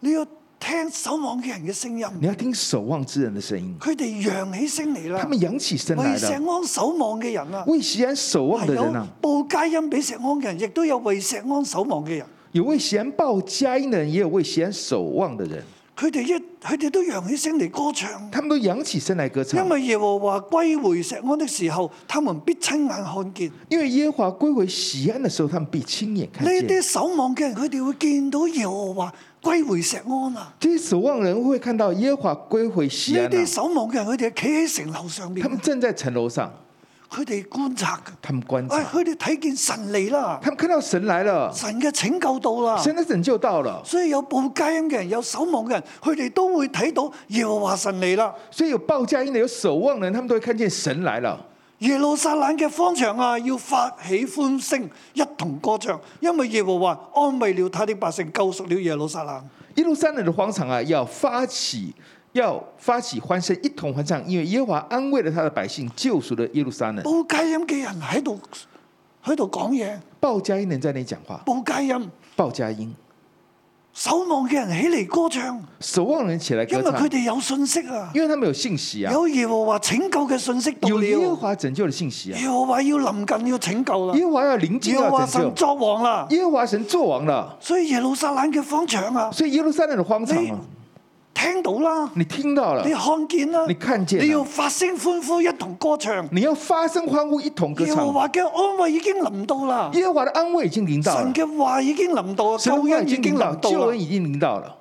B: 你要聽守望嘅人嘅聲音，
C: 你要听守望之人的声音，
B: 佢哋揚起聲嚟啦
C: 他，們扬起身
B: 為
C: 来
B: 石
C: 了。
B: 安守望嘅人啊，
C: 为西安守望的
B: 係
C: 人啊，
B: 有報佳音俾石安嘅人，亦都有為石安守望嘅人，
C: 有为西安报佳音的人，也有为西安守望的人，
B: 佢哋一佢哋都揚起聲嚟歌唱。
C: 他们都扬起身来歌唱
B: 因。為耶和華歸回石安的時候，他們必親眼看見。
C: 因为耶和华归回西安的时候，他们必亲眼看
B: 呢
C: 见
B: 啲。守望嘅人，佢哋會見到耶和華歸回石安啊！
C: 这些守望人会看到耶和华归回西
B: 呢
C: 安、啊
B: 啲，守望嘅人，佢哋係企喺城樓上面
C: 他，们正在城楼上，
B: 佢哋觀察嘅。
C: 他们观
B: 哎，
C: 察，
B: 佢哋睇見神嚟啦，
C: 他们看到神来了，
B: 神嘅拯救到啦。
C: 神的拯救到了，
B: 所以有報佳音嘅人，有守望嘅人，佢哋都會睇到耶和華神嚟啦。
C: 所以有报佳音的，有守望人，他们都会看见神来了。
B: 耶路撒冷嘅方場啊，要發起歡聲，一同歌唱，因為耶和華安慰了他的百姓，救贖了耶路撒冷。
C: 耶路撒冷的荒场啊，要发起，要发起欢声，一同欢唱，因为耶和华安慰了他的百姓，救赎了耶路撒冷。
B: 報佳音嘅人喺度喺度講嘢，
C: 报佳音人在那里讲话，
B: 報佳音，
C: 报佳音，
B: 守望嘅人起嚟歌唱，
C: 守望人起来
B: 因
C: 歌
B: 為佢
C: 唱，
B: 哋有信息啊，
C: 因为他们有信息啊，
B: 有耶和華拯救嘅信息到
C: 有
B: 了，
C: 耶和华拯救的信息啊，
B: 耶和華要臨近要拯救啦，
C: 耶和华要临近
B: 耶和
C: 要
B: 華
C: 拯
B: 神
C: 救，
B: 作王啦，
C: 耶和华神做王了。
B: 所以耶路撒冷嘅方場啊，
C: 所以耶路撒冷的荒场啊，
B: 聽到啦。
C: 你听到了
B: 你，看見啦，
C: 啊你看啊見啦
B: 你要發聲歡呼，一同歌唱。
C: 你要发声欢呼，一同歌
B: 耶和
C: 唱。
B: 華嘅安慰已經臨到啦，
C: 耶和华的安慰已经临到了
B: 神，嘅話已經臨到，
C: 神
B: 救
C: 的话
B: 恩
C: 已
B: 已
C: 经
B: 經
C: 临到，
B: 臨到
C: 救恩
B: 啦。
C: 已经临到了。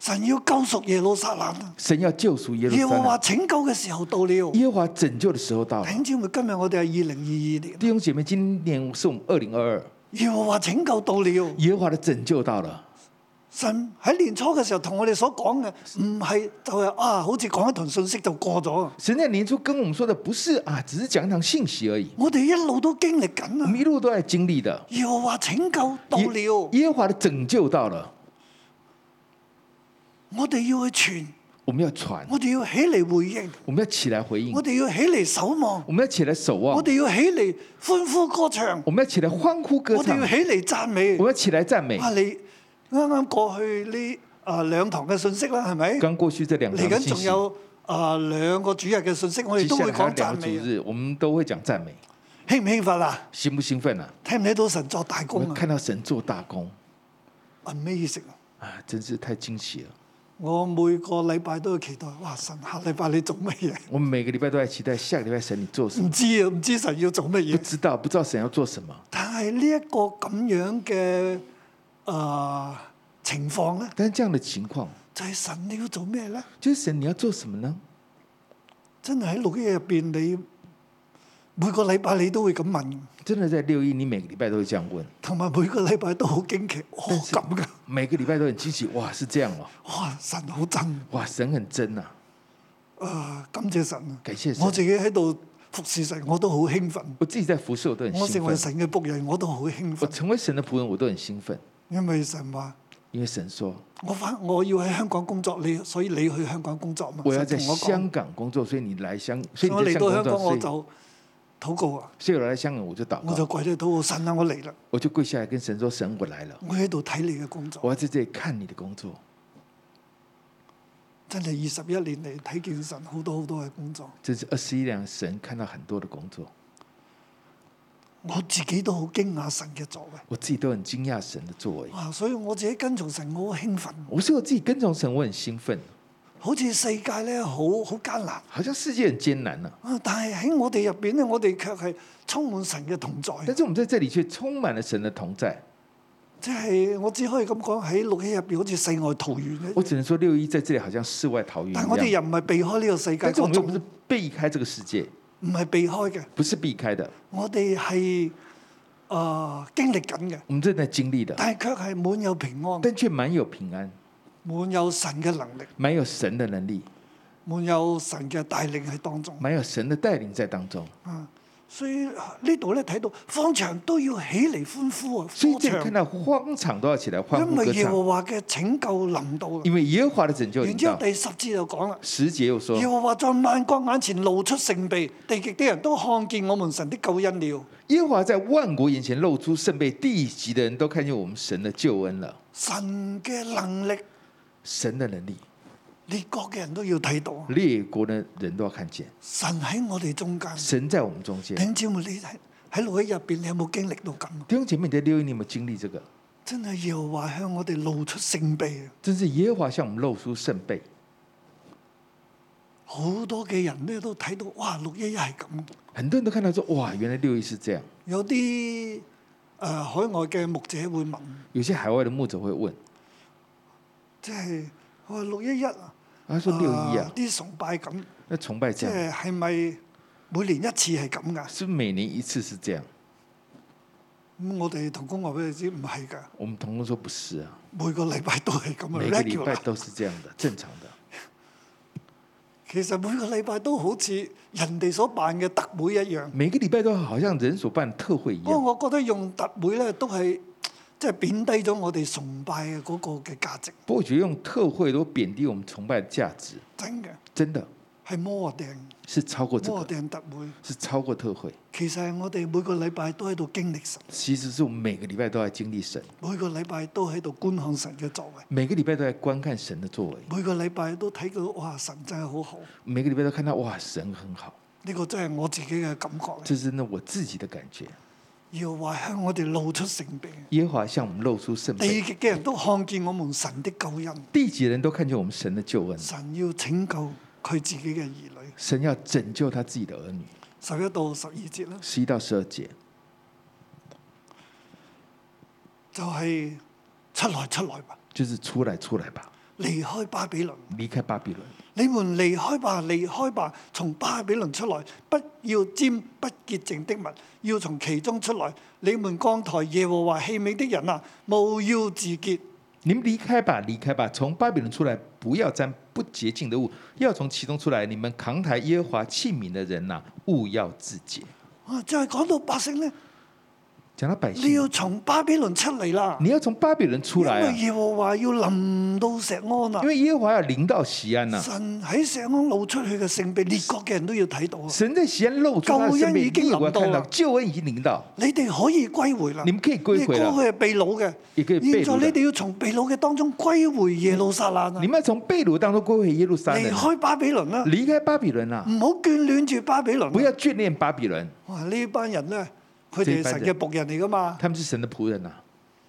B: 神要救贖耶路撒冷啊！
C: 神要救赎耶路
B: 耶
C: 撒
B: 和華
C: 冷，嗯
B: 拯救嘅時候到了。弟
C: 耶和华拯救的时候到了。
B: 兄姊妹，今日我哋係二零二二年，
C: 弟兄姐妹，今年是我们二零二二，
B: 耶和華拯救到了。
C: 耶和华的拯救到了。
B: 神喺年初嘅時候同我哋所講嘅，唔係就係啊，好似講一堂信息就過咗。啊
C: 神在年初跟我们说的不是啊，只是讲一堂信息而已，
B: 我哋一路都經歷緊
C: 我
B: 啊！
C: 们一路都在经历的。
B: 耶和華拯救到
C: 耶
B: 了，
C: 耶和华的拯救到了，
B: 我哋要去傳，
C: 我们要传，
B: 我哋要起嚟回應。
C: 我们要起来回应
B: 我，哋要起嚟守望，
C: 我们要起来守望
B: 我，哋要起嚟歡呼歌唱，
C: 我们要起来欢呼歌
B: 我
C: 唱
B: 哋要，起嚟讚美
C: 我。们要起来赞美。
B: 啊，你啱啱過去呢啊兩堂嘅信息啦，係咪？
C: 刚过去這兩
B: 嚟
C: 堂
B: 緊
C: 信
B: 仲
C: 息，
B: 有啊兩個主日嘅信息，我哋
C: 接
B: 都
C: 下
B: 會
C: 來
B: 講
C: 還有兩
B: 讚
C: 個
B: 美
C: 主
B: 啊。
C: 日，我們都會講讚美。
B: 興唔興奮啊？
C: 興不興奮啊？
B: 睇唔睇到神作大
C: 我
B: 功
C: 們
B: 啊
C: 看到神做大功
B: ？Amazing！啊
C: 啊，真是太驚喜了。
B: 我每個禮拜都要期待，哇！神下禮拜你做乜嘢？
C: 我們每個禮拜都在期待下個禮拜神你做什
B: 唔
C: 麼，
B: 知啊，唔知神要做乜
C: 不
B: 嘢。
C: 知道不知道神要做什麼。
B: 但係呢一個咁樣嘅啊情況咧，
C: 但是這樣的情況，
B: 就係神你要做咩咧？
C: 就是神你要做什麼呢？
B: 真係喺六一入邊，你每個禮拜你都會咁問，
C: 真的在六一，你每個禮拜都會這樣問，
B: 同埋每個禮拜都好驚奇，哦咁噶，
C: 每個禮拜都很驚喜。哇，是這樣哦，
B: 哇神好真，啊、
C: 哇，神很真啊！
B: 感謝神啊！
C: 感謝神
B: 我自己喺度服侍神，我都好興奮。
C: 我自己在服侍，我都很
B: 我成
C: 興
B: 為
C: 奮。
B: 神嘅仆人，我都好興奮，
C: 我成為神的僕人，我都很興奮，
B: 因為神話
C: 因為神說
B: 我翻我要喺香港工作，你所以你去香港工作嘛。
C: 我要
B: 神
C: 在
B: 同我講
C: 香，港工作，所以你來香，所
B: 所
C: 以
B: 以
C: 你
B: 我
C: 在
B: 嚟
C: 香
B: 到
C: 港
B: 香
C: 工
B: 港
C: 作，
B: 我就
C: 所以
B: 禱告啊，
C: 所以我来香港我就禱
B: 我就
C: 告，
B: 跪低禱告，神啊，我嚟啦，
C: 我就跪下来跟神说：“神，我来了，
B: 我喺度睇你嘅工
C: 我
B: 作，
C: 要在这里看你的工作。
B: 真係二十一年嚟睇見神好多好多嘅工作。”
C: 这是二十一两神看到很多的工作，
B: 我自己都好驚訝神嘅作為，
C: 我自己都很驚訝神的作為。
B: 哇！所以我自己跟從神，我好興奮，
C: 我说我自己跟从神，我很興奮，
B: 好似世界咧好好艱難
C: 好像世界很艱難呢、
B: 啊！但係喺我哋入邊咧，我哋卻係充滿神嘅同在，
C: 但是我們在這裡卻充滿了神的同在。
B: 即係我只可以咁講喺六一入邊好似世外桃源一
C: 我
B: 樣。
C: 只能說六一在這裡好像世外桃源
B: 但係我哋
C: 一樣，
B: 又唔係避開呢個世界，
C: 但是我
B: 我
C: 們又
B: 仲
C: 不是避開這個世界，
B: 唔係避開嘅，
C: 不是避開的，
B: 我哋係誒經歷緊嘅，
C: 我們正在經歷的，
B: 但係卻係滿有平安，
C: 但卻滿有平安，
B: 滿有神嘅能力，
C: 滿有神的能力，
B: 滿有神嘅帶領喺當中。
C: 滿有神的帶領在當中。
B: 啊，所以呢度咧睇到方場都要起嚟歡呼啊！
C: 所以
B: 方
C: 这里看
B: 場，
C: 到荒场都要起来欢呼
B: 因為
C: 歌
B: 耶和
C: 唱，
B: 華嘅拯救臨到啦。
C: 因为耶和华的拯救
B: 然
C: 领
B: 之後
C: 到。
B: 第十節就講啦，
C: 十节又说
B: 耶，和華在萬國眼前露出聖臂，地極的人都看見我們神的救恩了。
C: 耶和华在万国眼前露出圣被，地级的人都看见我们神的救恩了，
B: 神嘅能力，
C: 神的能力，
B: 列國嘅人都要睇到。
C: 列国的人都要看见，
B: 神喺我哋中間。
C: 神在我们中间
B: 弟。兄姊妹，你喺喺六一入邊，你有冇經歷到咁？
C: 弟兄姐妹，你在六一你有没有经历这个？
B: 真係耶和華向我哋露出聖臂啊！
C: 真是耶和华向我们露出圣被，
B: 好多嘅人咧都睇到，哇！六一一係咁。
C: 很多人都看到说，哇，原来六一是这样。
B: 有啲誒、呃海外嘅牧者會問，
C: 有些海外的牧者会问，
B: 即係我話六一一啊，
C: 他说六一
B: 啊
C: 啊，
B: 啲崇拜咁，
C: 那崇拜
B: 即
C: 这样，
B: 係係咪每年一次係咁噶？
C: 是不是每年一次是这样？
B: 咁我哋同工話俾你知，唔係㗎，
C: 我们同工说不是啊，
B: 每個禮拜都係咁啊
C: 每个礼拜
B: ，regular。
C: 都是这样的，正常的。
B: 其實每個禮拜都好似人哋所辦嘅特會一樣，
C: 每个礼拜都好像人所办特会一
B: 不過
C: 样。
B: 我覺得用特會咧都係即係貶低咗我哋崇拜嘅嗰個嘅價值，
C: 不过我觉得用特会都贬低我们崇拜的价值，
B: 真嘅
C: 真的
B: 係摩定
C: 是超过这
B: 摩
C: 个，
B: 定特會，
C: 是超过特会。
B: 其實係我哋每個禮拜都喺度經歷神。
C: 其实是我们每个礼拜都在经历神，
B: 每個禮拜都喺度觀看神嘅作為，
C: 每个礼拜都在观看神的作为，
B: 每個禮拜都睇到哇神真係好好，呢、
C: 每个礼拜都看到哇，神很好。
B: 個真係我自己嘅感覺嚟。
C: 这是呢我自己的感觉。
B: 要話向我哋露出聖臂，
C: 耶和华向我们露出圣
B: 地
C: 杯，
B: 極嘅人都看見我們神的救恩，
C: 地级人都看见我们神的救恩，
B: 神要拯救佢自己嘅兒女。
C: 神要拯救他自己的儿女。
B: 十一到十二節啦，
C: 十一到十二节，
B: 就係、出來出來吧，
C: 就是出来出来吧，
B: 離開巴比倫。
C: 离开巴比伦，
B: 你們離開吧，離開吧，從巴比倫出來，不要沾不潔淨的物，要從其中出來。你們剛抬耶和華器皿的人啊，務要自潔。
C: 你们离开吧，离开吧，从巴比伦出来，不要沾不洁净的物，要从其中出来。你们扛抬耶和华器皿的人呐、勿要自洁。
B: 啊，就係講到百姓咧，
C: 讲到百姓，
B: 你要從巴比倫出嚟啦，
C: 你要从巴比伦出
B: 因
C: 来啊
B: 為，耶和華要臨到石安
C: 因
B: 啦。
C: 为耶啊和华要临到西安呐、
B: 神喺石安露出去嘅聖被，列國嘅人都要睇到啊！
C: 神在西安露出他的
B: 救
C: 圣
B: 恩
C: 杯，
B: 已经
C: 你我
B: 临到
C: 看到
B: 了
C: 救恩已经临到，
B: 你哋可以歸回啦，
C: 你們可以歸回啦
B: 你哋過去係被擄嘅，
C: 亦可以
B: 現
C: 被擄嘅
B: 在你哋要從被擄嘅當中歸回耶路撒冷啊
C: 你！们要从被掳当中归回耶路撒
B: 離
C: 冷啊、
B: 開巴比倫啦！
C: 离开巴比伦啊，
B: 唔好眷戀住巴比倫。啊
C: 不要眷恋巴比伦，
B: 哇！呢班人咧，佢哋係神嘅仆人嚟噶嘛，
C: 他们是神的仆人啊呐、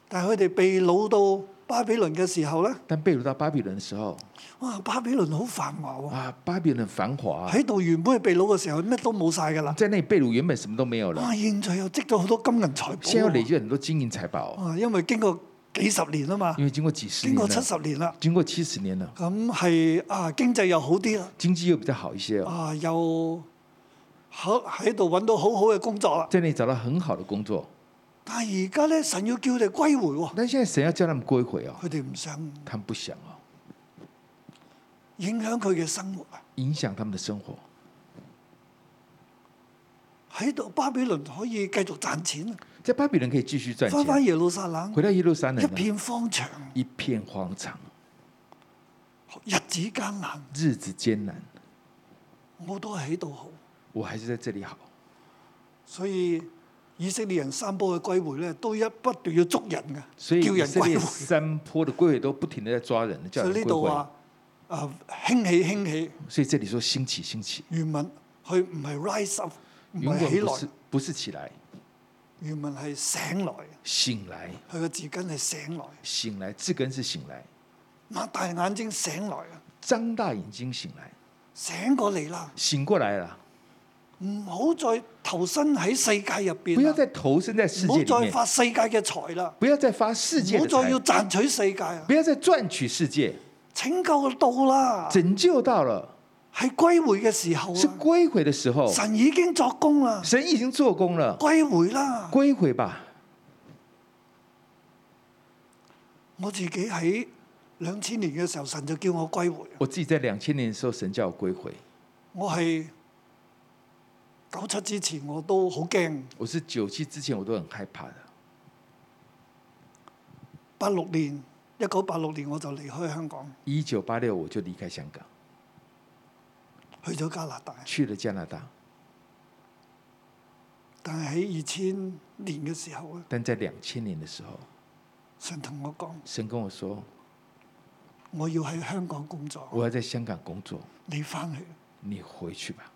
B: 但係佢哋被擄到巴比倫嘅時候咧，
C: 但被掳到巴比伦的时候，
B: 哇！巴比倫好繁華喎、
C: 啊，巴比伦很繁华、啊，
B: 喺度原本係被擄嘅時候，乜都冇晒㗎啦。
C: 在那里被掳原本什么都没有了，
B: 哇！現在又積咗好多金銀財寶
C: 现在又累
B: 喎。
C: 积很多金银财宝，啊
B: 哇！因為經過幾十年啊嘛，
C: 因为经过几十
B: 經
C: 嗯年啊
B: 過
C: 了，
B: 七十年啦，
C: 经過七十年了，
B: 咁係啊經濟又好啲啦，
C: 经济又比较好一些哦，
B: 啊又好喺度揾到好好嘅工作啦。
C: 在那里找到很好的工作，
B: 但係而家咧，神要叫佢哋歸回喎，
C: 但现在神要叫他们归回哦，
B: 佢哋唔想
C: 他们不想哦，
B: 影響佢嘅生活啊。
C: 影响他们的生活。
B: 喺度巴比倫可以繼續賺錢啊！
C: 在巴比伦可以继续赚
B: 翻返
C: 钱，
B: 耶路撒冷，
C: 回到耶路撒冷
B: 一
C: 呢
B: 片荒場，
C: 一片荒场，
B: 日子艱難，
C: 日子艰难，
B: 我都係喺度好。
C: 我还是在这里好。
B: 所以以色列人三波嘅歸回咧，都一不斷要捉人嘅，
C: 所以
B: 叫
C: 以
B: 人
C: 色
B: 歸
C: 列
B: 回。
C: 山坡的归回都不停的在抓人，叫
B: 所
C: 人
B: 以呢
C: 归
B: 度
C: 回
B: 話。啊興起興起，
C: 所以这里说兴起兴起，
B: 原文佢唔係 rise up，唔
C: 原
B: 係起
C: 文不是
B: 來，
C: 不是起来，
B: 原文係醒來，
C: 醒来
B: 佢個字根係醒來，
C: 醒来，字根是醒来，
B: 擘大眼睛醒來啊！
C: 张大眼睛醒来，
B: 醒過嚟啦，
C: 醒过来了，
B: 唔好再投身喺世界入
C: 不
B: 邊
C: 要
B: 啦，
C: 再投身在世
B: 唔好
C: 界里
B: 再
C: 面，
B: 發世界嘅財啦。
C: 不要再发世界
B: 唔好
C: 的
B: 再
C: 财
B: 要，賺取世界啊！
C: 不要再赚取世界，
B: 拯救到啦，
C: 拯救到了，
B: 係歸回嘅時候
C: 是
B: 啊！
C: 归回的时候，
B: 神已經作工啦，
C: 神已經做工了，
B: 歸回啦！
C: 归回吧。
B: 我自己喺兩千年嘅時候，神就叫我歸回。啊
C: 我自己在两千年的时候，神叫我归回，
B: 我係九七之前我都好驚，
C: 我是九七之前我都很害怕的。
B: 八六年一九八六年我就離開香港，
C: 一九八六我就离开香港，
B: 去咗加拿大。
C: 去了加拿大。
B: 但係喺二千年嘅時候咧，啊
C: 但在两千年的时候，
B: 神同我講：
C: 神跟我说，
B: 我要喺香港工作，
C: 我要在香港工作，
B: 你翻去，
C: 你回去吧。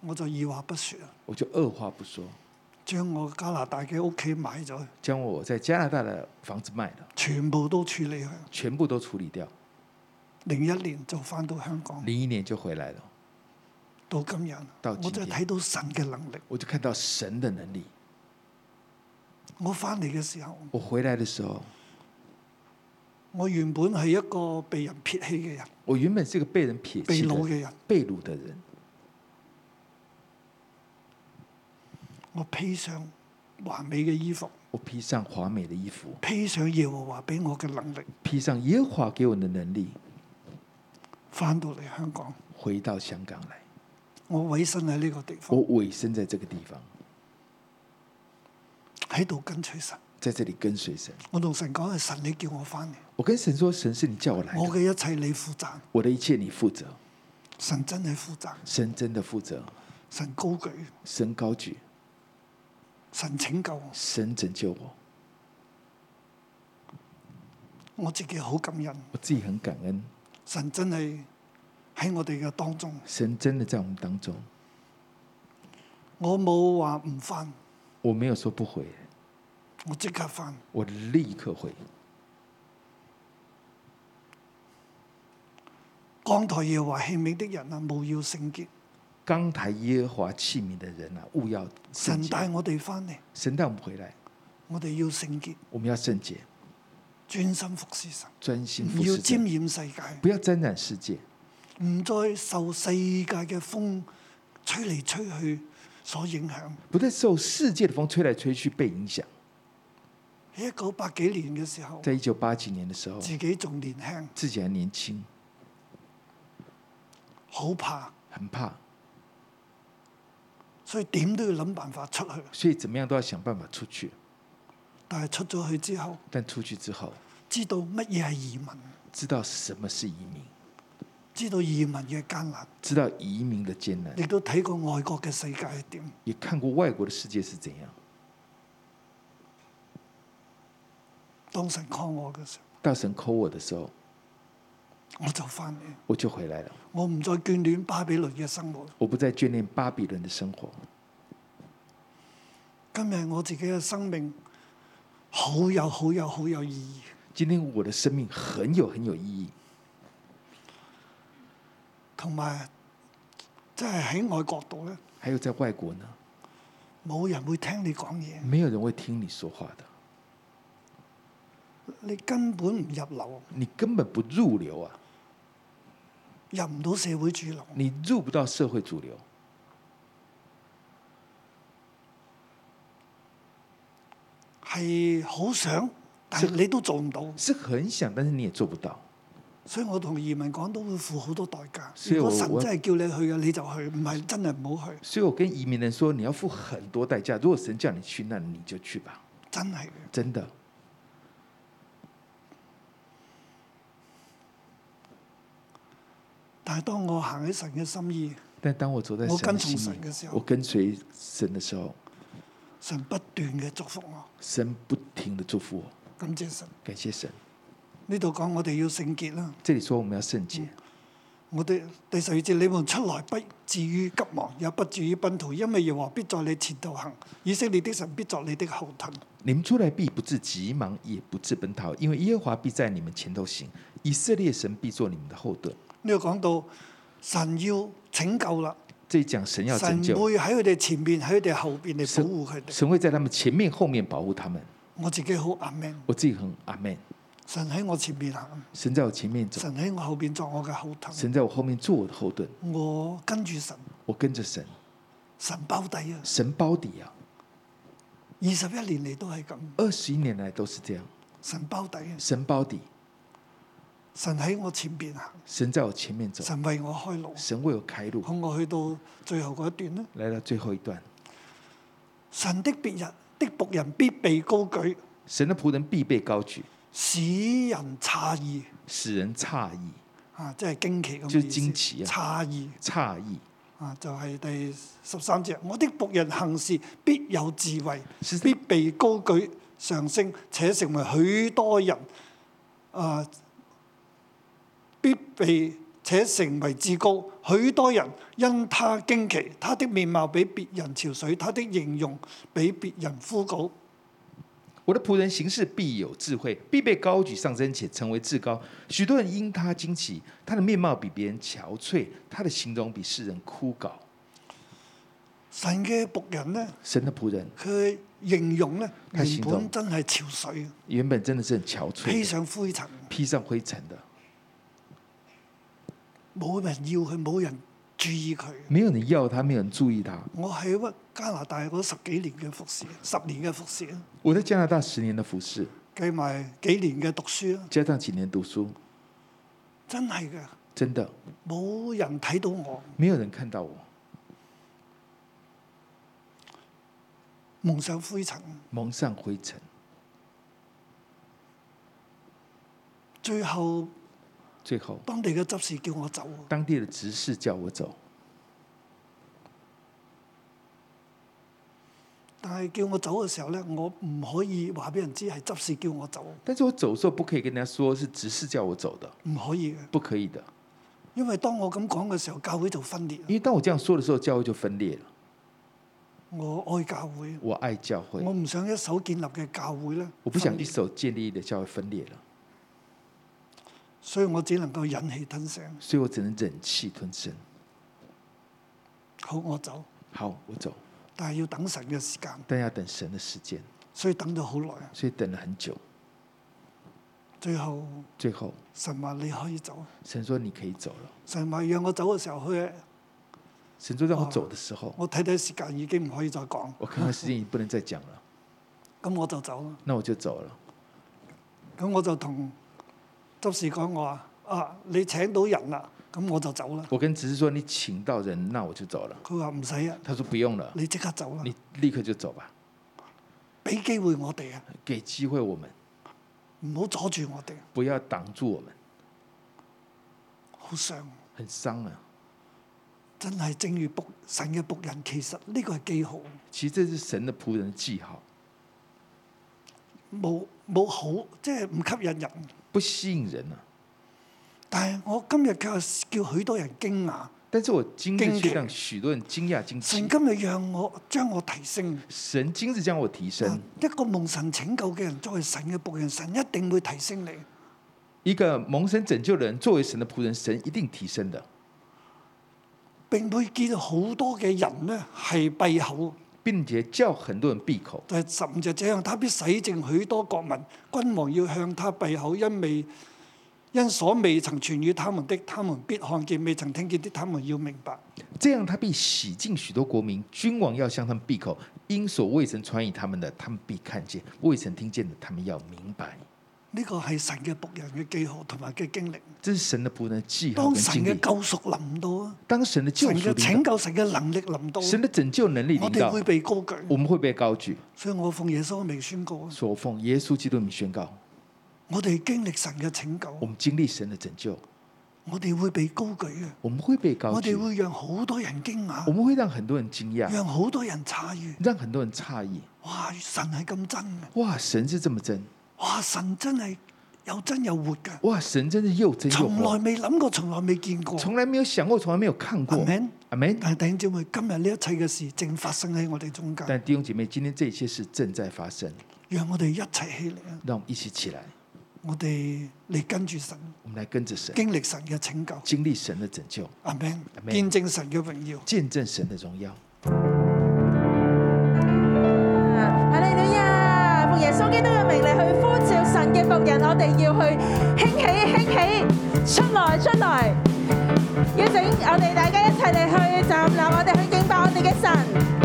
B: 我就二話不説啊，
C: 我就二话不说，
B: 將我加拿大嘅屋企買咗，
C: 将我在加拿大的房子卖了，
B: 全部都處理佢。
C: 全部都处理掉。
B: 零一年就翻到香港，
C: 零一年就回来了，
B: 到今日，
C: 到今天
B: 我真係睇到神嘅能力。
C: 我就看到神的能力。
B: 我翻嚟嘅時候，
C: 我回来的时候，
B: 我原本係一個被人撇棄嘅人，
C: 我原本是个被人撇
B: 被
C: 弃的
B: 擄
C: 人
B: 嘅人，
C: 被掳的人，
B: 我披上華美嘅衣服，
C: 我披上华美的衣服，
B: 披上耶和華俾我嘅能力，
C: 披上耶和华给我的能力，
B: 翻到嚟香港，
C: 回到香港来。
B: 我委身喺呢個地方
C: 我，委身在这个地方，
B: 喺度跟隨神。
C: 在这里跟随神。
B: 我同神講係神，你叫我翻嚟，
C: 我跟神说：“神是你叫我来
B: 我
C: 的，
B: 嘅一切你負責。
C: 我的一切你负责。
B: 神真係負責，
C: 神真的负责，
B: 神高舉，
C: 神高举，
B: 神拯救我，
C: 神拯救我。
B: 我自己好感恩。
C: 我自己很感恩，
B: 神真係喺我哋嘅當中，
C: 神真的在我们当中。
B: 我冇話唔翻，
C: 我没有说不回，
B: 我即刻翻。
C: 我立刻回。
B: 江台耶和華器皿的人啊，務要聖潔。
C: 刚台耶和华器皿的人啊，勿要
B: 神
C: 圣洁。
B: 帶我哋翻嚟，
C: 神带我们回来，
B: 我哋要聖潔，
C: 我们要圣洁，
B: 專心服侍神，
C: 专心服
B: 唔要
C: 侍
B: 沾
C: 神，
B: 染世界，
C: 不要沾染世界，
B: 唔再受世界嘅風吹嚟吹去所影響。
C: 不再受世界的风吹来吹去被影响。
B: 喺一九八幾年嘅時候，
C: 在一九八几年的时候，
B: 自己仲年輕，
C: 自己还年轻，
B: 好怕，
C: 很怕，
B: 所以點都要諗辦法出去。
C: 所以怎么样都要想办法出去。
B: 但係出咗去之後，
C: 但出去之后，
B: 知道乜嘢係移民，
C: 知道什么是移民，
B: 知道移民嘅艱難，
C: 知道移民的艰难，
B: 亦都睇過外國嘅世界係點。
C: 也看过外国的世界是怎样。
B: 當神 call 我嘅時
C: 大神抠我的时候，
B: 候，我就翻嚟，
C: 我就回来了。
B: 我唔再眷戀巴比倫嘅生活。
C: 我不再眷恋巴比伦的生活。
B: 今日我自己嘅生命好有好有好有意義。
C: 今天我的生命很有很有意义，
B: 同埋即係喺外國度咧，
C: 还有在外国呢，
B: 冇人會聽你講嘢，
C: 没有人会听你说话的，
B: 你根本唔入流，
C: 你根本不入流啊，
B: 入唔到社會主流。
C: 你入不到社会主流。
B: 係好想，但係你都做唔到。
C: 是很想，但是你也做不到。
B: 所以我同移民講都會付好多代價。
C: 所以
B: 如
C: 我
B: 果神
C: 我
B: 真係叫你去嘅，你就去；唔係真係唔好去，
C: 所以我跟移民人说，你要付很多代价。如果神叫你去，那你就去吧，
B: 真係嘅。
C: 真的。
B: 但係當我行喺神嘅心意，
C: 但当我走在神
B: 我跟
C: 的
B: 从
C: 心
B: 神的时
C: 里，
B: 候
C: 我跟随神的时候，
B: 神不斷嘅祝福我，
C: 神不停的祝福我，
B: 感謝神。
C: 感谢神。
B: 呢度講我哋要聖潔啦，
C: 这里说我们要圣
B: 嗯
C: 洁，
B: 我哋第十二節，你們出來不至於急忙，也不至於奔逃，因為耶和華必在你前頭行，以色列的神必在你的後盾。
C: 你们出来必不至急忙，也不至奔逃，因为耶和华必在你们前头行，以色列神必做你们的后盾。
B: 呢度講到神要拯救啦，
C: 这一讲神要
B: 神
C: 拯救，
B: 會喺佢哋前面，喺佢哋後邊嚟
C: 神
B: 保護佢哋。
C: 神会在他们前面、后面保护他们。
B: 我自己好阿 man，
C: 我自己很阿门，
B: 神喺我前面行，
C: 神在我前面走，
B: 神喺我後邊作我嘅後盾。
C: 神在我後面做我的後盾，
B: 我跟住神，
C: 我跟着神，
B: 神包底啊！
C: 神包底啊！
B: 二十一年嚟都係咁，
C: 二十一年来都是这样，
B: 神包底啊！
C: 神包底，
B: 神喺我前邊行，
C: 神在我前面走，
B: 神為我開路。
C: 神为我开路。
B: 好，我去到最後嗰一段咧，
C: 来到最后一段，
B: 神的別人的仆人必被高舉，
C: 神的仆人必被高举，
B: 使人詫異
C: 使人诧异，
B: 啊！即係驚奇咁嘅
C: 即係
B: 意思
C: 驚奇啊
B: 詫異
C: 诧异。
B: 啊，就係、第十三節，我的仆人行事必有智慧
C: 是，
B: 必被高舉上升，且成為許多人啊，必被且成為至高。許多人因他驚奇，他的面貌比別人潮水，他的形容比別人枯槁。
C: 我的仆人行事必有智慧，必被高举上升，且成为至高。许多人因他惊奇，他的面貌比别人憔悴，他的形容比世人枯槁。
B: 神嘅仆人呢，
C: 神的仆人
B: 佢形容呢，
C: 佢
B: 原
C: 形容
B: 本真係潮水，
C: 原本真的是很憔
B: 披
C: 悴的，
B: 上灰塵，
C: 披上灰塵的，
B: 冇人要佢，冇人注意佢。
C: 没有人要他，没有人注意他。
B: 我喺屈加拿大嗰十幾年嘅服侍，十年嘅服侍，啊
C: 我在加拿大十年的服侍，
B: 計埋幾年嘅讀書啦，
C: 加上几年读书，
B: 真係嘅，
C: 真的
B: 冇人睇到我
C: 没有人看到我
B: 蒙上灰塵。
C: 蒙上灰尘。
B: 最後
C: 最后，
B: 當地嘅執事叫我走，啊
C: 当地的执事叫我走，
B: 但係叫我走嘅時候咧，我唔可以話俾人知係執事叫我走，
C: 但是我走的时候不可以跟人家说是执事叫我走的，
B: 唔可以嘅，
C: 不可以的，
B: 因為當我咁講嘅時候，教會就分裂。
C: 因为当我这样说的时候，教会就分裂了。
B: 我愛教會，
C: 我爱教会
B: 我，唔想一手建立嘅教會咧，
C: 我不想
B: 分
C: 一
B: 裂
C: 手建立的教会分裂了，
B: 所以我只能夠忍氣吞聲。
C: 所以我只能忍气吞声。
B: 好，我走，
C: 好，我走，
B: 但係要等神嘅時間，
C: 但要等神的时间，
B: 所以等咗好耐。啊
C: 所以等了很久。
B: 最後
C: 最后，
B: 神話你可以走，
C: 神说你可以走了。
B: 神話讓我走嘅時候，佢
C: 神说让我走的时候，
B: 我睇睇時間已經唔可以再講，
C: 我看看时间已经不能再讲了，
B: 咁我就走啦。
C: 那我就走了。
B: 咁我就同執事講我話啊，你請到人啦，咁我就走啦。
C: 我跟执事说你请到人，那我就走了。
B: 佢話唔使啊，
C: 他说不用了，
B: 你即刻走啦，
C: 你立刻就走吧，
B: 俾機會我哋啊，
C: 给机会我们，
B: 唔好阻住我哋，啊
C: 不要挡住我们，
B: 好傷。
C: 很伤啊。
B: 真係正如仆神嘅仆人，其實呢個係記號，
C: 其实这是神的仆人的记号，
B: 冇冇好，即係唔吸引人。
C: 不吸引人啊。
B: 但係我今日卻係叫許多人驚訝，
C: 但是我今日
B: 惊奇
C: 却让許多人惊讶惊奇
B: 神。今日讓我將我提升。
C: 神今日将我提升，
B: 一個蒙神拯救嘅人，作為神嘅仆人，神一定會提升你。
C: 一个蒙神拯救的人，作为神的仆人，神一定提升的，
B: 並會見到好多嘅人呢係閉口，
C: 并且叫很多人闭口。
B: 就係十五隻這樣，他必洗淨許多國民，君王要向他閉口，因未因所未曾傳與他們的，他們必看見；未曾聽見的，他們要明白。
C: 这样他必洗净许多国民，君王要向他们闭口，因所未曾传与他们的，他们必看见；未曾听见的，他们要明白。
B: 呢個係神嘅仆人嘅記號同埋嘅經歷。
C: 这是神的仆人的记号
B: 當
C: 跟
B: 神
C: 经
B: 嘅
C: 历。
B: 救贖臨到啊，
C: 当神的救
B: 神
C: 赎
B: 嘅
C: 临
B: 拯
C: 到，
B: 救、神嘅能力臨到，
C: 神的拯救能力
B: 我
C: 临
B: 哋
C: 到
B: 會，被高舉。
C: 我们会被高举。
B: 所以我奉耶穌嘅名宣告啊，
C: 所奉耶稣基督的名宣告，
B: 我哋經歷神嘅拯救
C: 我。们经历神的拯救，
B: 我哋會被高舉嘅，
C: 我们会被高
B: 我
C: 举
B: 哋，會讓好多人驚
C: 我
B: 訝，
C: 们会让很多人惊讶，
B: 讓好多人詫異。
C: 让很多人诧异。
B: 哇！神係咁真嘅，
C: 哇，神是这么真！
B: 哇！神真係又真又活嘅，
C: 哇，神真是又真又
B: 從來
C: 活，
B: 未諗過，從來未見過。
C: 从来没有想过，从来没有看过。
B: Amen
C: 阿门。
B: 但係弟兄姊妹，今日呢一切嘅事正發生喺我哋中間，
C: 但弟兄姐妹，今天这一切事正在发生，
B: 讓我哋一齊起嚟啊！
C: 让我们一起起来，
B: 我哋嚟跟住神，
C: 我们来跟着神，
B: 經歷神嘅拯救。
C: 经历神的拯救，
B: 阿 man，
C: Amen
B: 見證神嘅榮耀。
C: 见证神的荣耀。
D: 哈利路亞！奉耶穌基督嘅名嚟去呼召神嘅仆人，我哋要去興起興起，出來出來！邀請我哋大家一齊嚟去站立，我哋去敬拜我哋嘅神。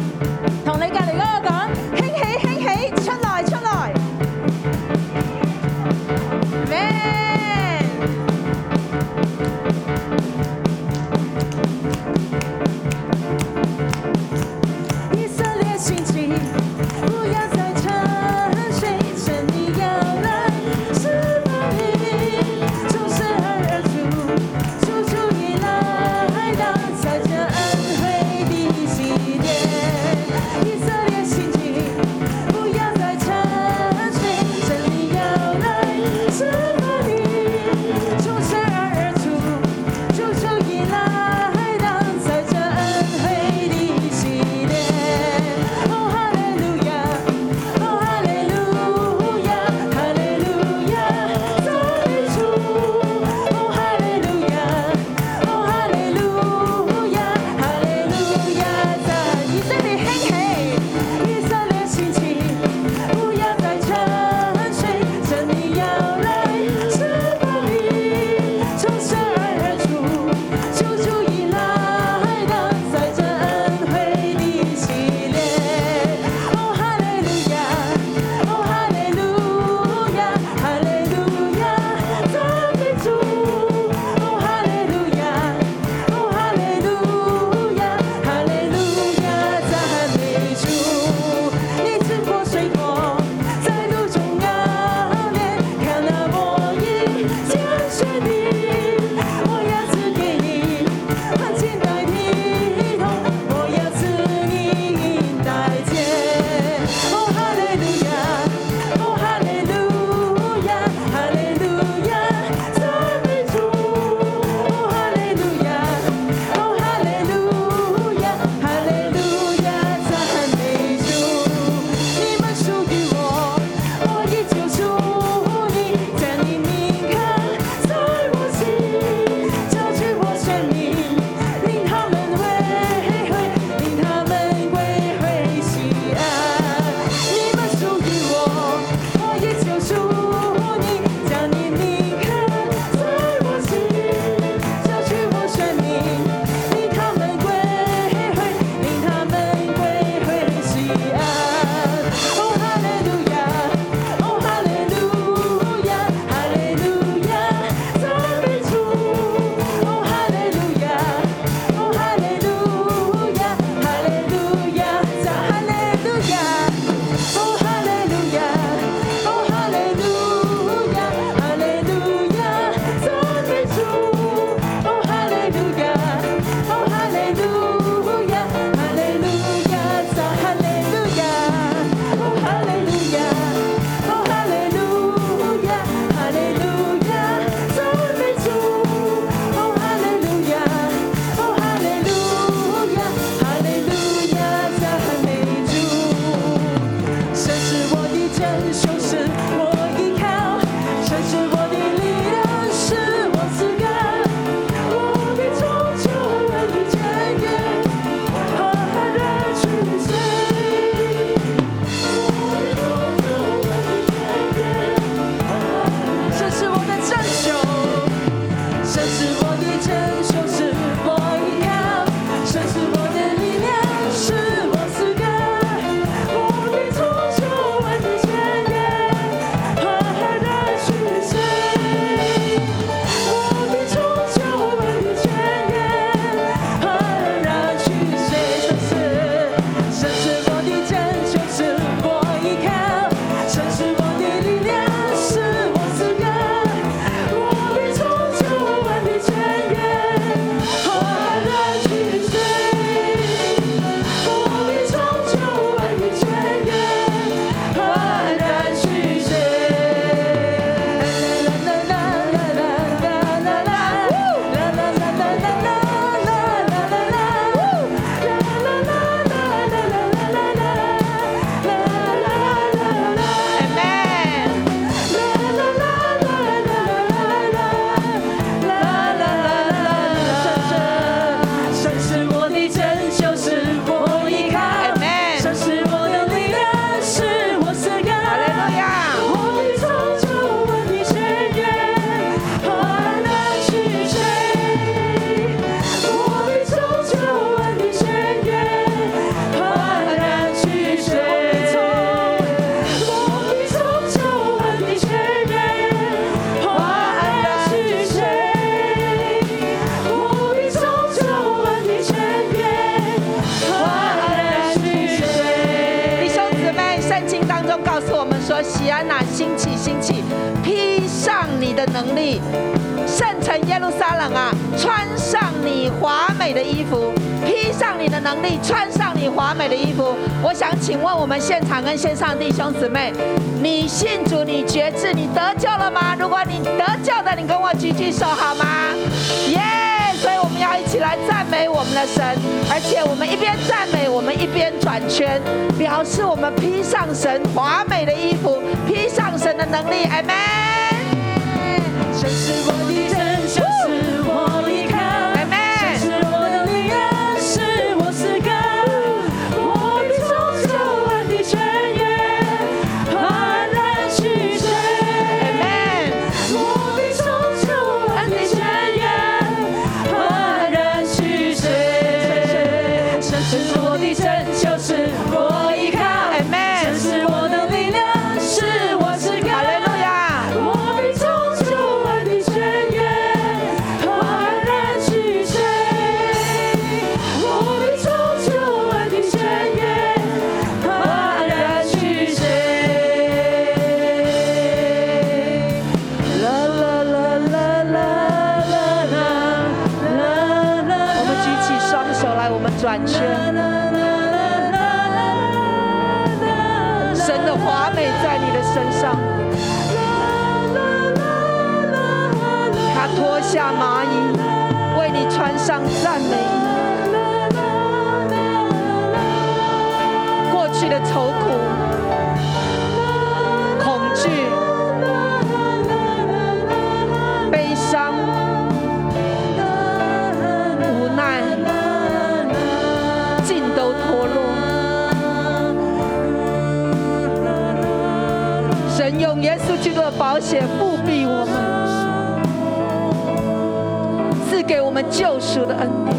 D: 同你隔離嗰個講，興起興起，出來出來！咩？
E: Oh, Oh, Oh, Oh, Oh, Oh,
D: 山呐、兴起，兴起，披上你的能力，圣城耶路撒冷啊，穿上你华美的衣服，披上你的能力，穿上你华美的衣服。我想请问我们现场跟线上弟兄姊妹，你信主，你觉知，你得救了吗？如果你得救的，你跟我举举手好吗？耶、所以我们要一起来赞美我们的神，而且我们一边赞美，我们一边转圈，表示我们披上神华美的衣服，披上神的能力。Amen。
F: 神是我的真，神是我依靠，
D: Amen
F: 神是我的灵恩，是我诗歌，我必颂求万的泉源，安然去水。
D: Amen。
F: 我必颂求万的泉源，安然去水。神是我的真，就是我依靠，
D: Amen
F: 神是我的力量，是我诗歌。
D: 哈利路亚。
F: 我必从旧万的泉源，安然去水。我必从旧万的泉源，安然去水。啦啦啦啦啦啦啦啦啦啦。
D: 我们举起双手来，我们转圈。神的华美在你的身上，他脱下麻衣，为你穿上赞美衣。过去的愁苦、恐惧、悲伤、无奈，尽都脱落。神用耶稣基督的宝血复辟我们，赐给我们救赎的恩典。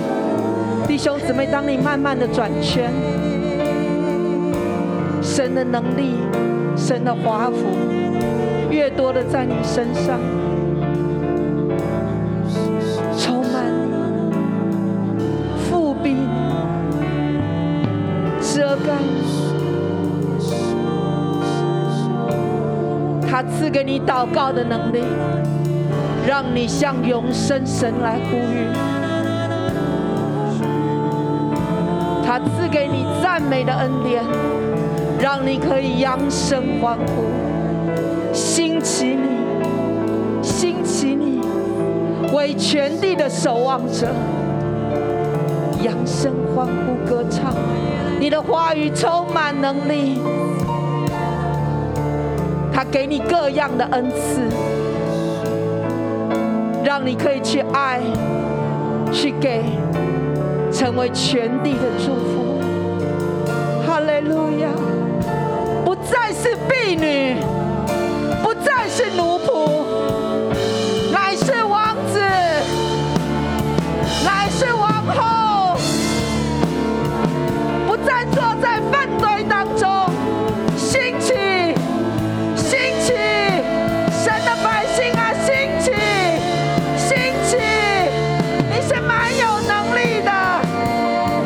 D: 弟兄姊妹，当你慢慢的转圈，神的能力、神的华服，越多的在你身上充满你、复辟你、遮盖你他赐给你祷告的能力，让你向永生神来呼吁。他赐给你赞美的恩典，让你可以扬声欢呼，兴起你，兴起你，为全地的守望者扬声欢呼歌唱。你的话语充满能力，他给你各样的恩赐，让你可以去爱，去给。成为全地的祝福。哈利路亚！不再是婢女，不再是奴仆，乃是王子，乃是王后，不再坐在犯罪当中。兴起，兴起，神的百姓啊，兴起，兴起！你是蛮有能力的。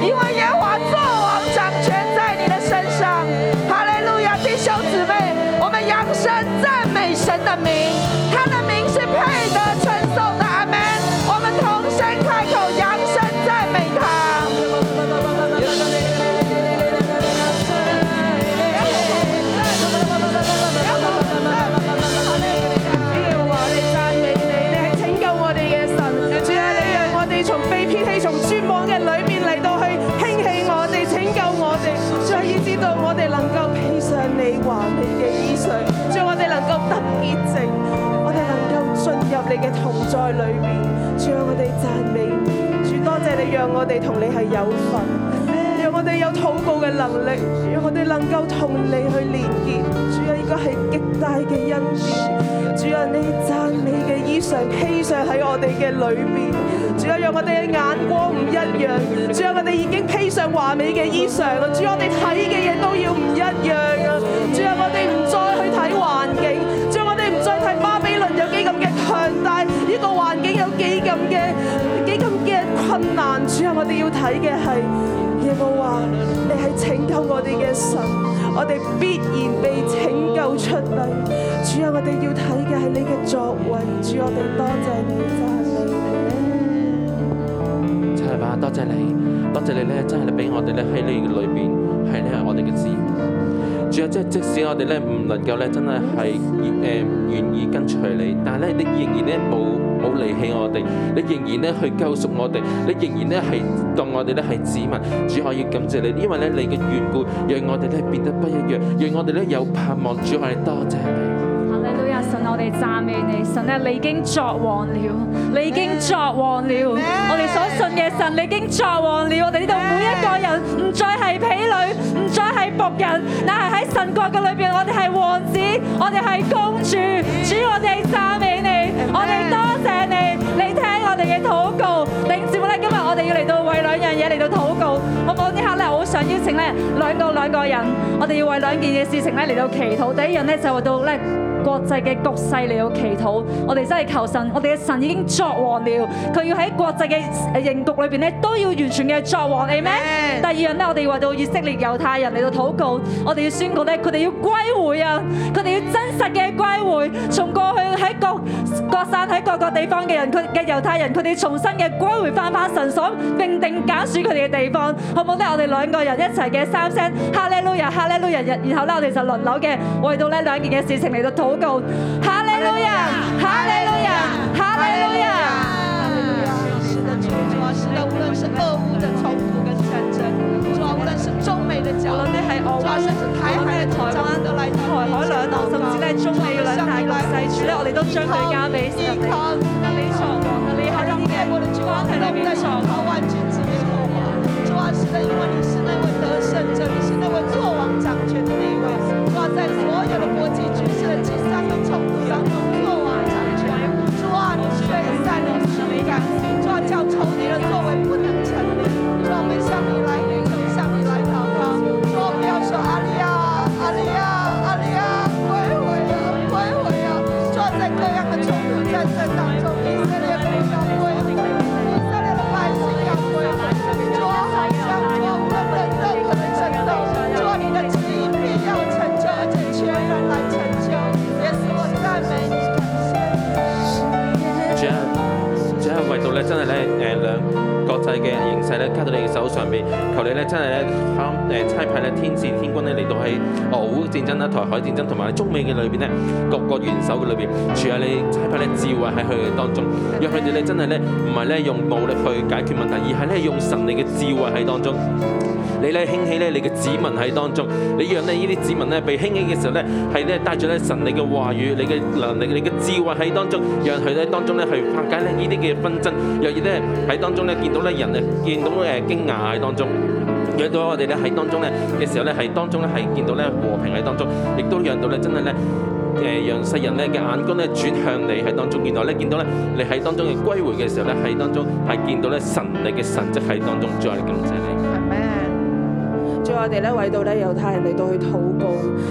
D: 因为耶和华作王掌权在你的身上。哈利路亚，弟兄姊妹，我们扬声赞美神的名，他的名是配得称颂的。阿门。我们同声开口，扬声赞美他。
E: 啊啊啊啊
G: 啊
E: 我哋要睇嘅係耶和華，你係拯救我哋嘅神，我
G: 我哋必然被拯救出嚟。主啊，我哋要睇嘅係你嘅作為。主，啊我哋多謝你，讚美你。
H: 真係吧，多謝你，多謝你咧，真係俾我哋咧喺你嘅裏邊，係咧我哋嘅自由。主啊，即係即使我哋咧唔能夠咧真係係誒願意跟隨你，但係咧你仍然咧冇冇離棄我哋，你仍然咧去救贖我哋，你仍然咧係當我哋咧係子民。主，我要感謝你，因為咧你嘅緣故，讓我哋咧變得不一樣，讓我哋咧有盼望。主，我哋多謝你。
E: 哈利路亞！神，我哋讚美你，神啊，你已經作王了，你已經作王了。我哋所信嘅神，你已經作王了。我哋呢度每一個人唔再係婢女，唔再係仆人，但係喺神國嘅裏邊，我哋係王子，我哋係公主。主，我哋讚美你，我哋多謝你，你聽我哋嘅禱告。弟兄姊妹咧，今日我哋要嚟到為兩樣嘢嚟到禱告，好唔好？呢刻咧，我好想邀請咧兩個兩個人，我哋要為兩件嘅事情咧嚟到祈禱。第一樣咧就係到咧。國際嘅局勢嚟到祈禱，我哋真係求神，我哋嘅神已經作王了，佢要喺國際嘅誒形局裏邊咧都要完全嘅作王，你咩？第二樣咧，我哋為到以色列猶太人嚟到禱告，我哋要宣告咧，佢哋要歸回啊，佢哋要真實嘅歸回，從過去喺各各散喺各個地方嘅人，佢嘅猶太人，佢哋重新嘅歸回翻返神所命定揀選佢哋嘅地方，好唔好咧？我哋兩個人一齊嘅三聲哈利路亞，哈利路亞，然然後咧我哋就輪流嘅為到呢兩件嘅事情嚟到禱告，哈利路亞，哈利路亞，哈利路亞。
D: 是的，主啊，是的，无论是俄乌的冲突跟战争，主啊，无论是中美的角
G: 無論
D: 力，
G: 你係
D: 主
G: 我
D: 啊，
G: 灣
D: 甚至台海的
G: 台灣
D: 台灣都来到
G: 台海兩岸，甚至咧中美兩大國勢處咧，我哋都將佢交俾神你。你創造，你喺呢啲
D: 我的主啊，
G: 關係裏
D: 我们
G: 面
D: 在
G: 創造
D: 神头。万军之耶和华。主啊，是的，因为你是那位得胜者，你是那位作王掌权的那一位。主啊，在所有的国际局势的竞上跟冲突当中，作王掌权。主啊，你是对善良是美感，主啊，叫仇敌的作为不能成立。主啊，我们向你来领受，向你来祷告。主啊，不要说阿利亚，阿利亚，阿利亚，归回啊，归回啊！主啊，在各样的冲突战争当中，以色列不要归回，以色列的百姓要归回。主啊，好像主啊，无论人任何的震动，主啊，你的旨意必要成就，而且全然来成就。也使我赞美你，感谢你。
H: 主啊，主啊，為到咧真係咧誒兩國際嘅形勢咧交到你嘅手上邊，求你咧真係咧參誒差派咧天使天軍咧嚟到喺俄烏戰爭啦、台海戰爭同埋中美嘅裏邊咧各個元首嘅裏邊，主啊你差派咧智慧喺佢哋當中，讓佢哋咧真係咧唔係咧用武力去解決問題，而係咧用神你嘅智慧喺當中。你咧興起咧你嘅子民喺當中，你讓咧呢啲子民咧被興起嘅時候咧，係咧帶住咧神你嘅話語、你嘅能力、你嘅智慧喺當中，讓佢咧當中咧去化解咧呢啲嘅紛爭，若然咧喺當中咧見到咧人誒見到誒驚訝喺當中。讓到我哋咧喺當中咧嘅時候咧，係當中咧係見到咧和平喺當中，亦都讓到咧真係咧誒，讓世人咧嘅眼光咧轉向你喺當中，原來咧見到咧你喺當中嘅歸回嘅時候咧，喺當中係見到咧神你嘅神跡喺當中，再感謝你。
G: 主啊我哋咧為到咧猶太人嚟到去禱告，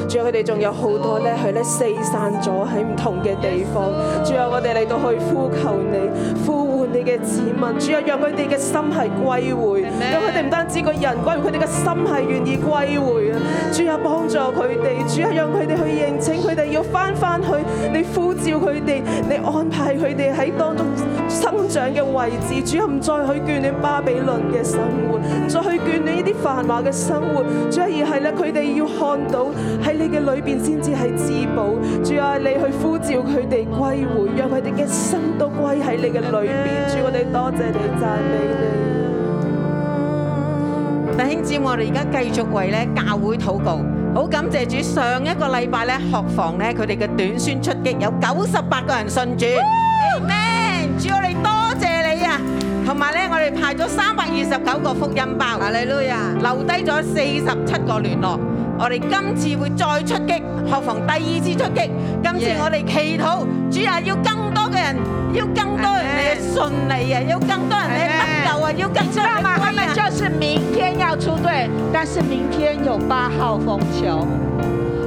G: 仲有佢哋仲有好多咧係咧四散咗喺唔同嘅地方，仲有我哋嚟到去呼求你，呼喚你嘅子民，主啊，讓佢哋嘅心係歸回，讓佢哋唔單止個人歸回，佢哋嘅心係願意歸回啊！主啊，幫助佢哋，主啊，讓佢哋去認清佢哋要翻翻去，你呼召佢哋，你安排佢哋喺當中生長嘅位置，主啊，唔再去眷戀巴比倫嘅生活，唔再去眷戀呢啲繁華嘅生活，主啊，而係咧佢哋要看到喺你嘅裏邊先至係至寶，主啊，你去呼召佢哋歸回，讓佢哋嘅心都歸喺你嘅裏邊，主，我哋多謝你，讚美你。
I: 弟兄姊妹，我哋而家繼續為咧教會禱告，好感謝主。上一個禮拜咧學房咧佢哋嘅短宣出擊有九十八個人信主，Amen！主我哋多謝你啊！同埋咧，我哋派咗三百二十九個福音包，哈利路亞，留低咗四十七個聯絡。我哋今次會再出擊，學房第二次出擊。今次我哋祈禱，主啊，要更多嘅人，要更多人嚟信你啊，要更多人嚟得救啊，要更多人嚟歸啊
D: 他们就是明天要出队，但是明天有八号风球，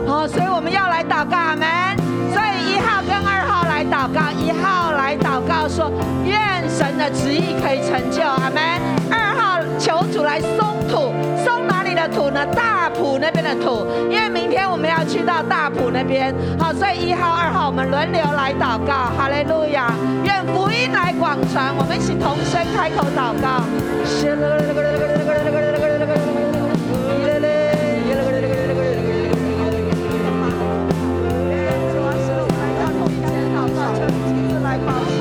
D: 哦，所以我们要来祷告，阿门。所以一号跟二号来祷告，一号来祷告说，愿神的旨意可以成就，阿门。二号求主来松土，松哪里的土呢？大埔那边的
E: 的土，因为明天我们要去到大埔那边。好，所以一号、二号我们轮流来祷告，哈利路亚！愿福音来广传，我们一起同声开口祷告。主啊，使我们来到你面前祷告，求你亲自来保守。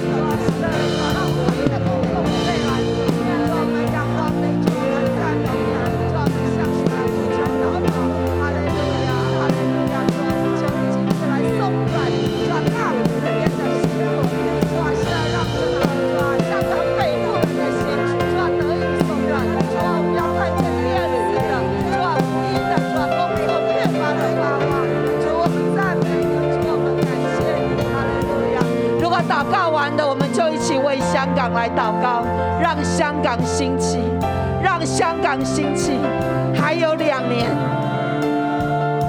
E: 主啊，使得人看到我们的公共未来。主啊，我们仰望你，主啊，我们赞美你，主啊，我们向你来呼求祷告。哈利路亚，哈利路亚！主啊，求你亲自来松软，主啊，大无人变成石头。主啊，是啊，让这个主啊，让他背负的那些主啊得以松软。主啊，不要看见烈日的，主啊，无因的，主啊，工作越发的发旺。主，我们赞美你，主，我们感谢你，哈利路亚。如果祷告完的，我们就一起为香港来祷告，让香港兴起，让香港兴起。还有两年，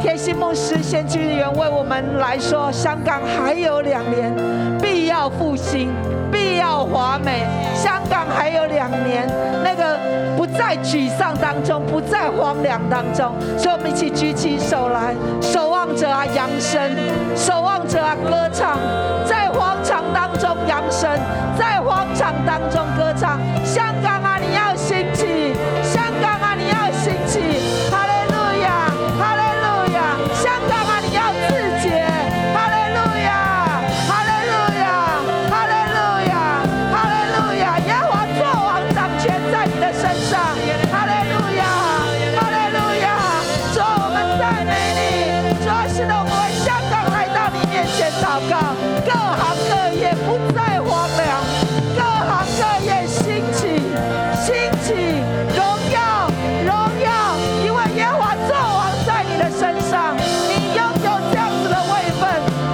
E: 天心牧师先知员为我们来说，香港还有两年，必要复兴，必要华美。香港还有两年，那个不在沮丧当中，不在荒凉当中。所以我们一起举起手来，守望者啊，扬声；守望者啊，歌唱，在荒场当中扬声，在荒场当中歌唱。香港啊，你要兴起！香港啊，你要兴起！哈利路亚，哈利路亚！香港啊，你要自洁！哈利路亚，哈利路亚，哈利路亚，哈利路亚！耶和华作王掌权在你的身上。哈利路亚，哈利路亚！主啊，我们赞美你！主啊，是的，我们为香港来到你面前祷告，各行各业不再荒凉，各行各业兴起，兴起，荣耀，荣耀，因为耶和华作王在你的身上，你拥有这样子的位分，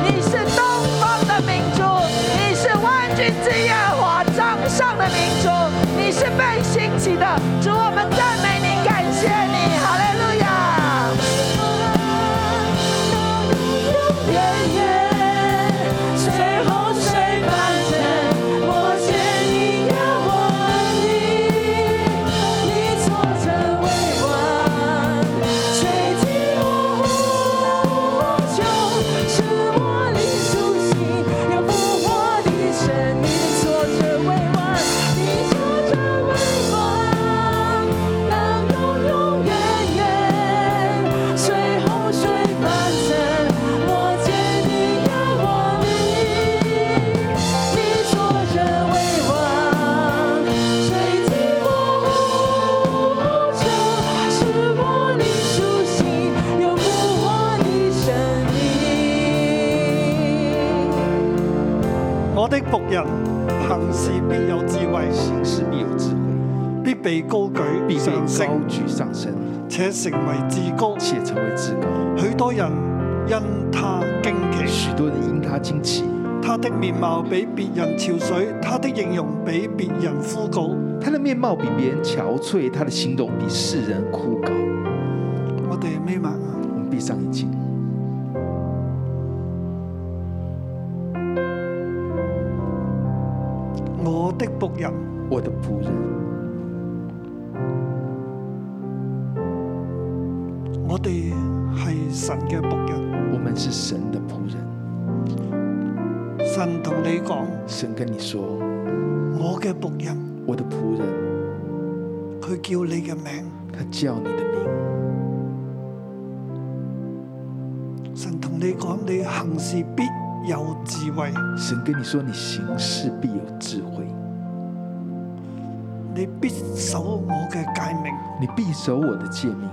E: 你是东方的明珠，你是万军之耶和华掌上的明珠，你是被兴起的，主，我们赞美你，感谢你，哈利路亚。远远，随洪水般深，我牵引要我你，你坐着未完，吹起我无穷，使我灵苏醒，有复活的神，你坐着未完，你坐着未完，当永永远远，随洪水般深。我坚定仰望你，你坐着未忘，水寂寞无求，是我你苏醒，有复活的生命。
B: 我的仆人行事必有智慧，
C: 行事必有智慧，
B: 必被高
C: 必
B: 舉
C: 被
B: 上
C: 高
B: 升，
C: 举上升，
B: 且成為至高。
C: 且成為至高。
B: 許多人因他驚奇，
C: 許多人因他驚奇，
B: 他的面貌比別人憔悴，他的形容比別人枯槁。
C: 他的面貌比別人憔悴，他的行動比世人枯槁。
B: 我哋眯埋眼。
C: 我們閉上眼睛，
B: 我的仆人
C: 我的仆人，
B: 我哋係神嘅仆人，
C: 我們是神的仆人。
B: 神同你講，
C: 神跟你說，
B: 我嘅仆人，
C: 我的仆人，
B: 佢叫你嘅名，
C: 他叫你的名。
B: 神同你講，你行事必有智慧，
C: 神跟你說，你行事必有智慧，
B: 你必守我嘅誡命，
C: 你必守我的诫命，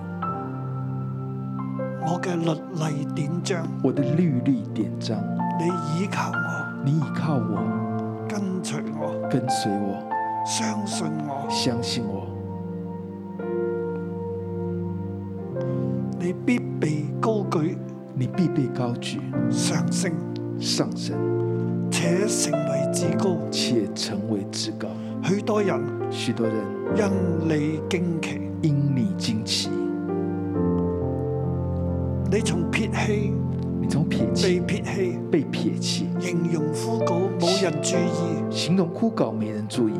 B: 我嘅律例典章，
C: 我的律例典章。
B: 你倚靠我，
C: 你倚靠我，
B: 跟隨我，
C: 跟隨我，
B: 相信我，
C: 相信我，
B: 你必被高舉
C: 你必被高舉
B: 上升，
C: 上升，
B: 且成為至高。
C: 且成為至高。
B: 許多人
C: 許多人
B: 因你驚奇，
C: 因你驚奇，
B: 你從撇棄
C: 你從撇
B: 被
C: 棄
B: 撇棄。
C: 被撇棄，
B: 形容枯槁，冇人注意。
C: 形容枯槁沒人注意。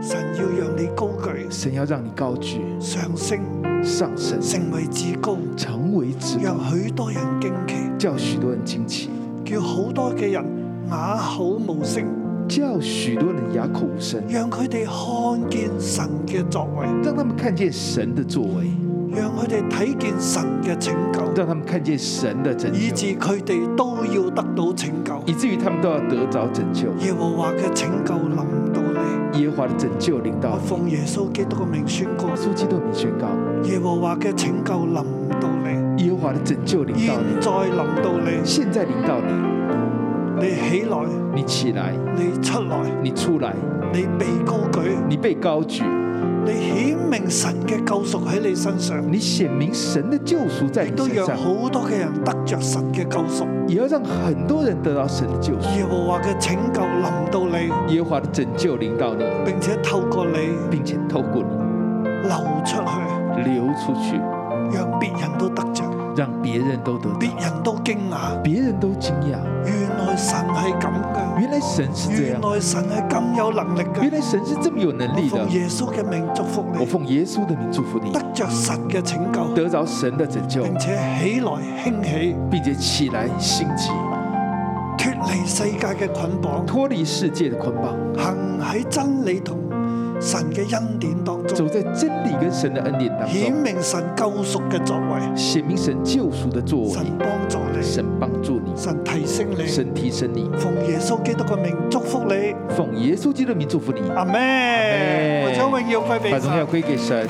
B: 神要讓你高舉，
C: 神要让你高举
B: 上升，
C: 上升，
B: 成為至高，
C: 成为至高，
B: 讓許多人敬奇，
C: 叫许多人惊奇，
B: 叫好多嘅人啞口無聲，
C: 叫许多人哑口无声，
B: 讓佢哋看見神嘅作為，
C: 让他们看见神的作为，
B: 讓佢哋睇見神嘅拯救，
C: 让他们看见神的拯
B: 以
C: 救，
B: 致佢哋都要得到拯救。
C: 以至于他们都要得着拯救。
B: 耶和華嘅拯救臨到你，
C: 耶和华的拯救领
B: 我
C: 导，
B: 奉耶穌基督嘅名宣告，
C: 耶稣基督的名宣告，
B: 耶和華嘅拯救臨到你，
C: 耶和華的拯救领
B: 現
C: 导你，
B: 在臨到你，
C: 现在领导你，
B: 你起來，
C: 你起来，
B: 你出來，
C: 你出来，
B: 你被高舉。
C: 你被高举，
B: 你顯明神嘅救贖喺你身上，
C: 你显明神的救赎在
B: 亦
C: 你
B: 都
C: 身
B: 讓
C: 上，
B: 好多嘅人得着神嘅救贖。
C: 也要让很多人得到神的救赎。
B: 耶和華嘅拯救臨到你，
C: 耶和华的拯救领导你，
B: 並且透過你
C: 并且透过你
B: 流出去，
C: 流出去，
B: 讓別人都得着，
C: 让别人都得到，
B: 別人都驚訝。
C: 别人都惊讶，
B: 原來神係咁嘅，
C: 原来神是这
B: 原
C: 样，
B: 來神係咁有能力
C: 原
B: 嘅。
C: 来神是这么有能
B: 我
C: 力
B: 奉
C: 的。
B: 耶穌嘅名祝福
C: 我
B: 你，
C: 奉耶稣的名祝福你，
B: 得着神嘅拯救，
C: 得着神的拯救，
B: 並且起來興起，
C: 并且起来兴起，
B: 脱離世界嘅捆綁，
C: 脱离世界的捆绑。
B: 行喺真理同神嘅恩典當中
C: 走。在真理跟神的恩典当
B: 显
C: 中，
B: 明神救赎嘅作为，
C: 显明神救赎的作为，
B: 神帮助你，
C: 神帮助你，
B: 神提升你。
C: 神提升你。
B: 奉耶稣基督嘅名祝福你，
C: 奉耶稣基督的名祝福你，
B: 阿
C: 阿
B: 咩？
C: 们
B: 我将荣耀归俾
C: 把荣耀
B: 神。
C: 归给神。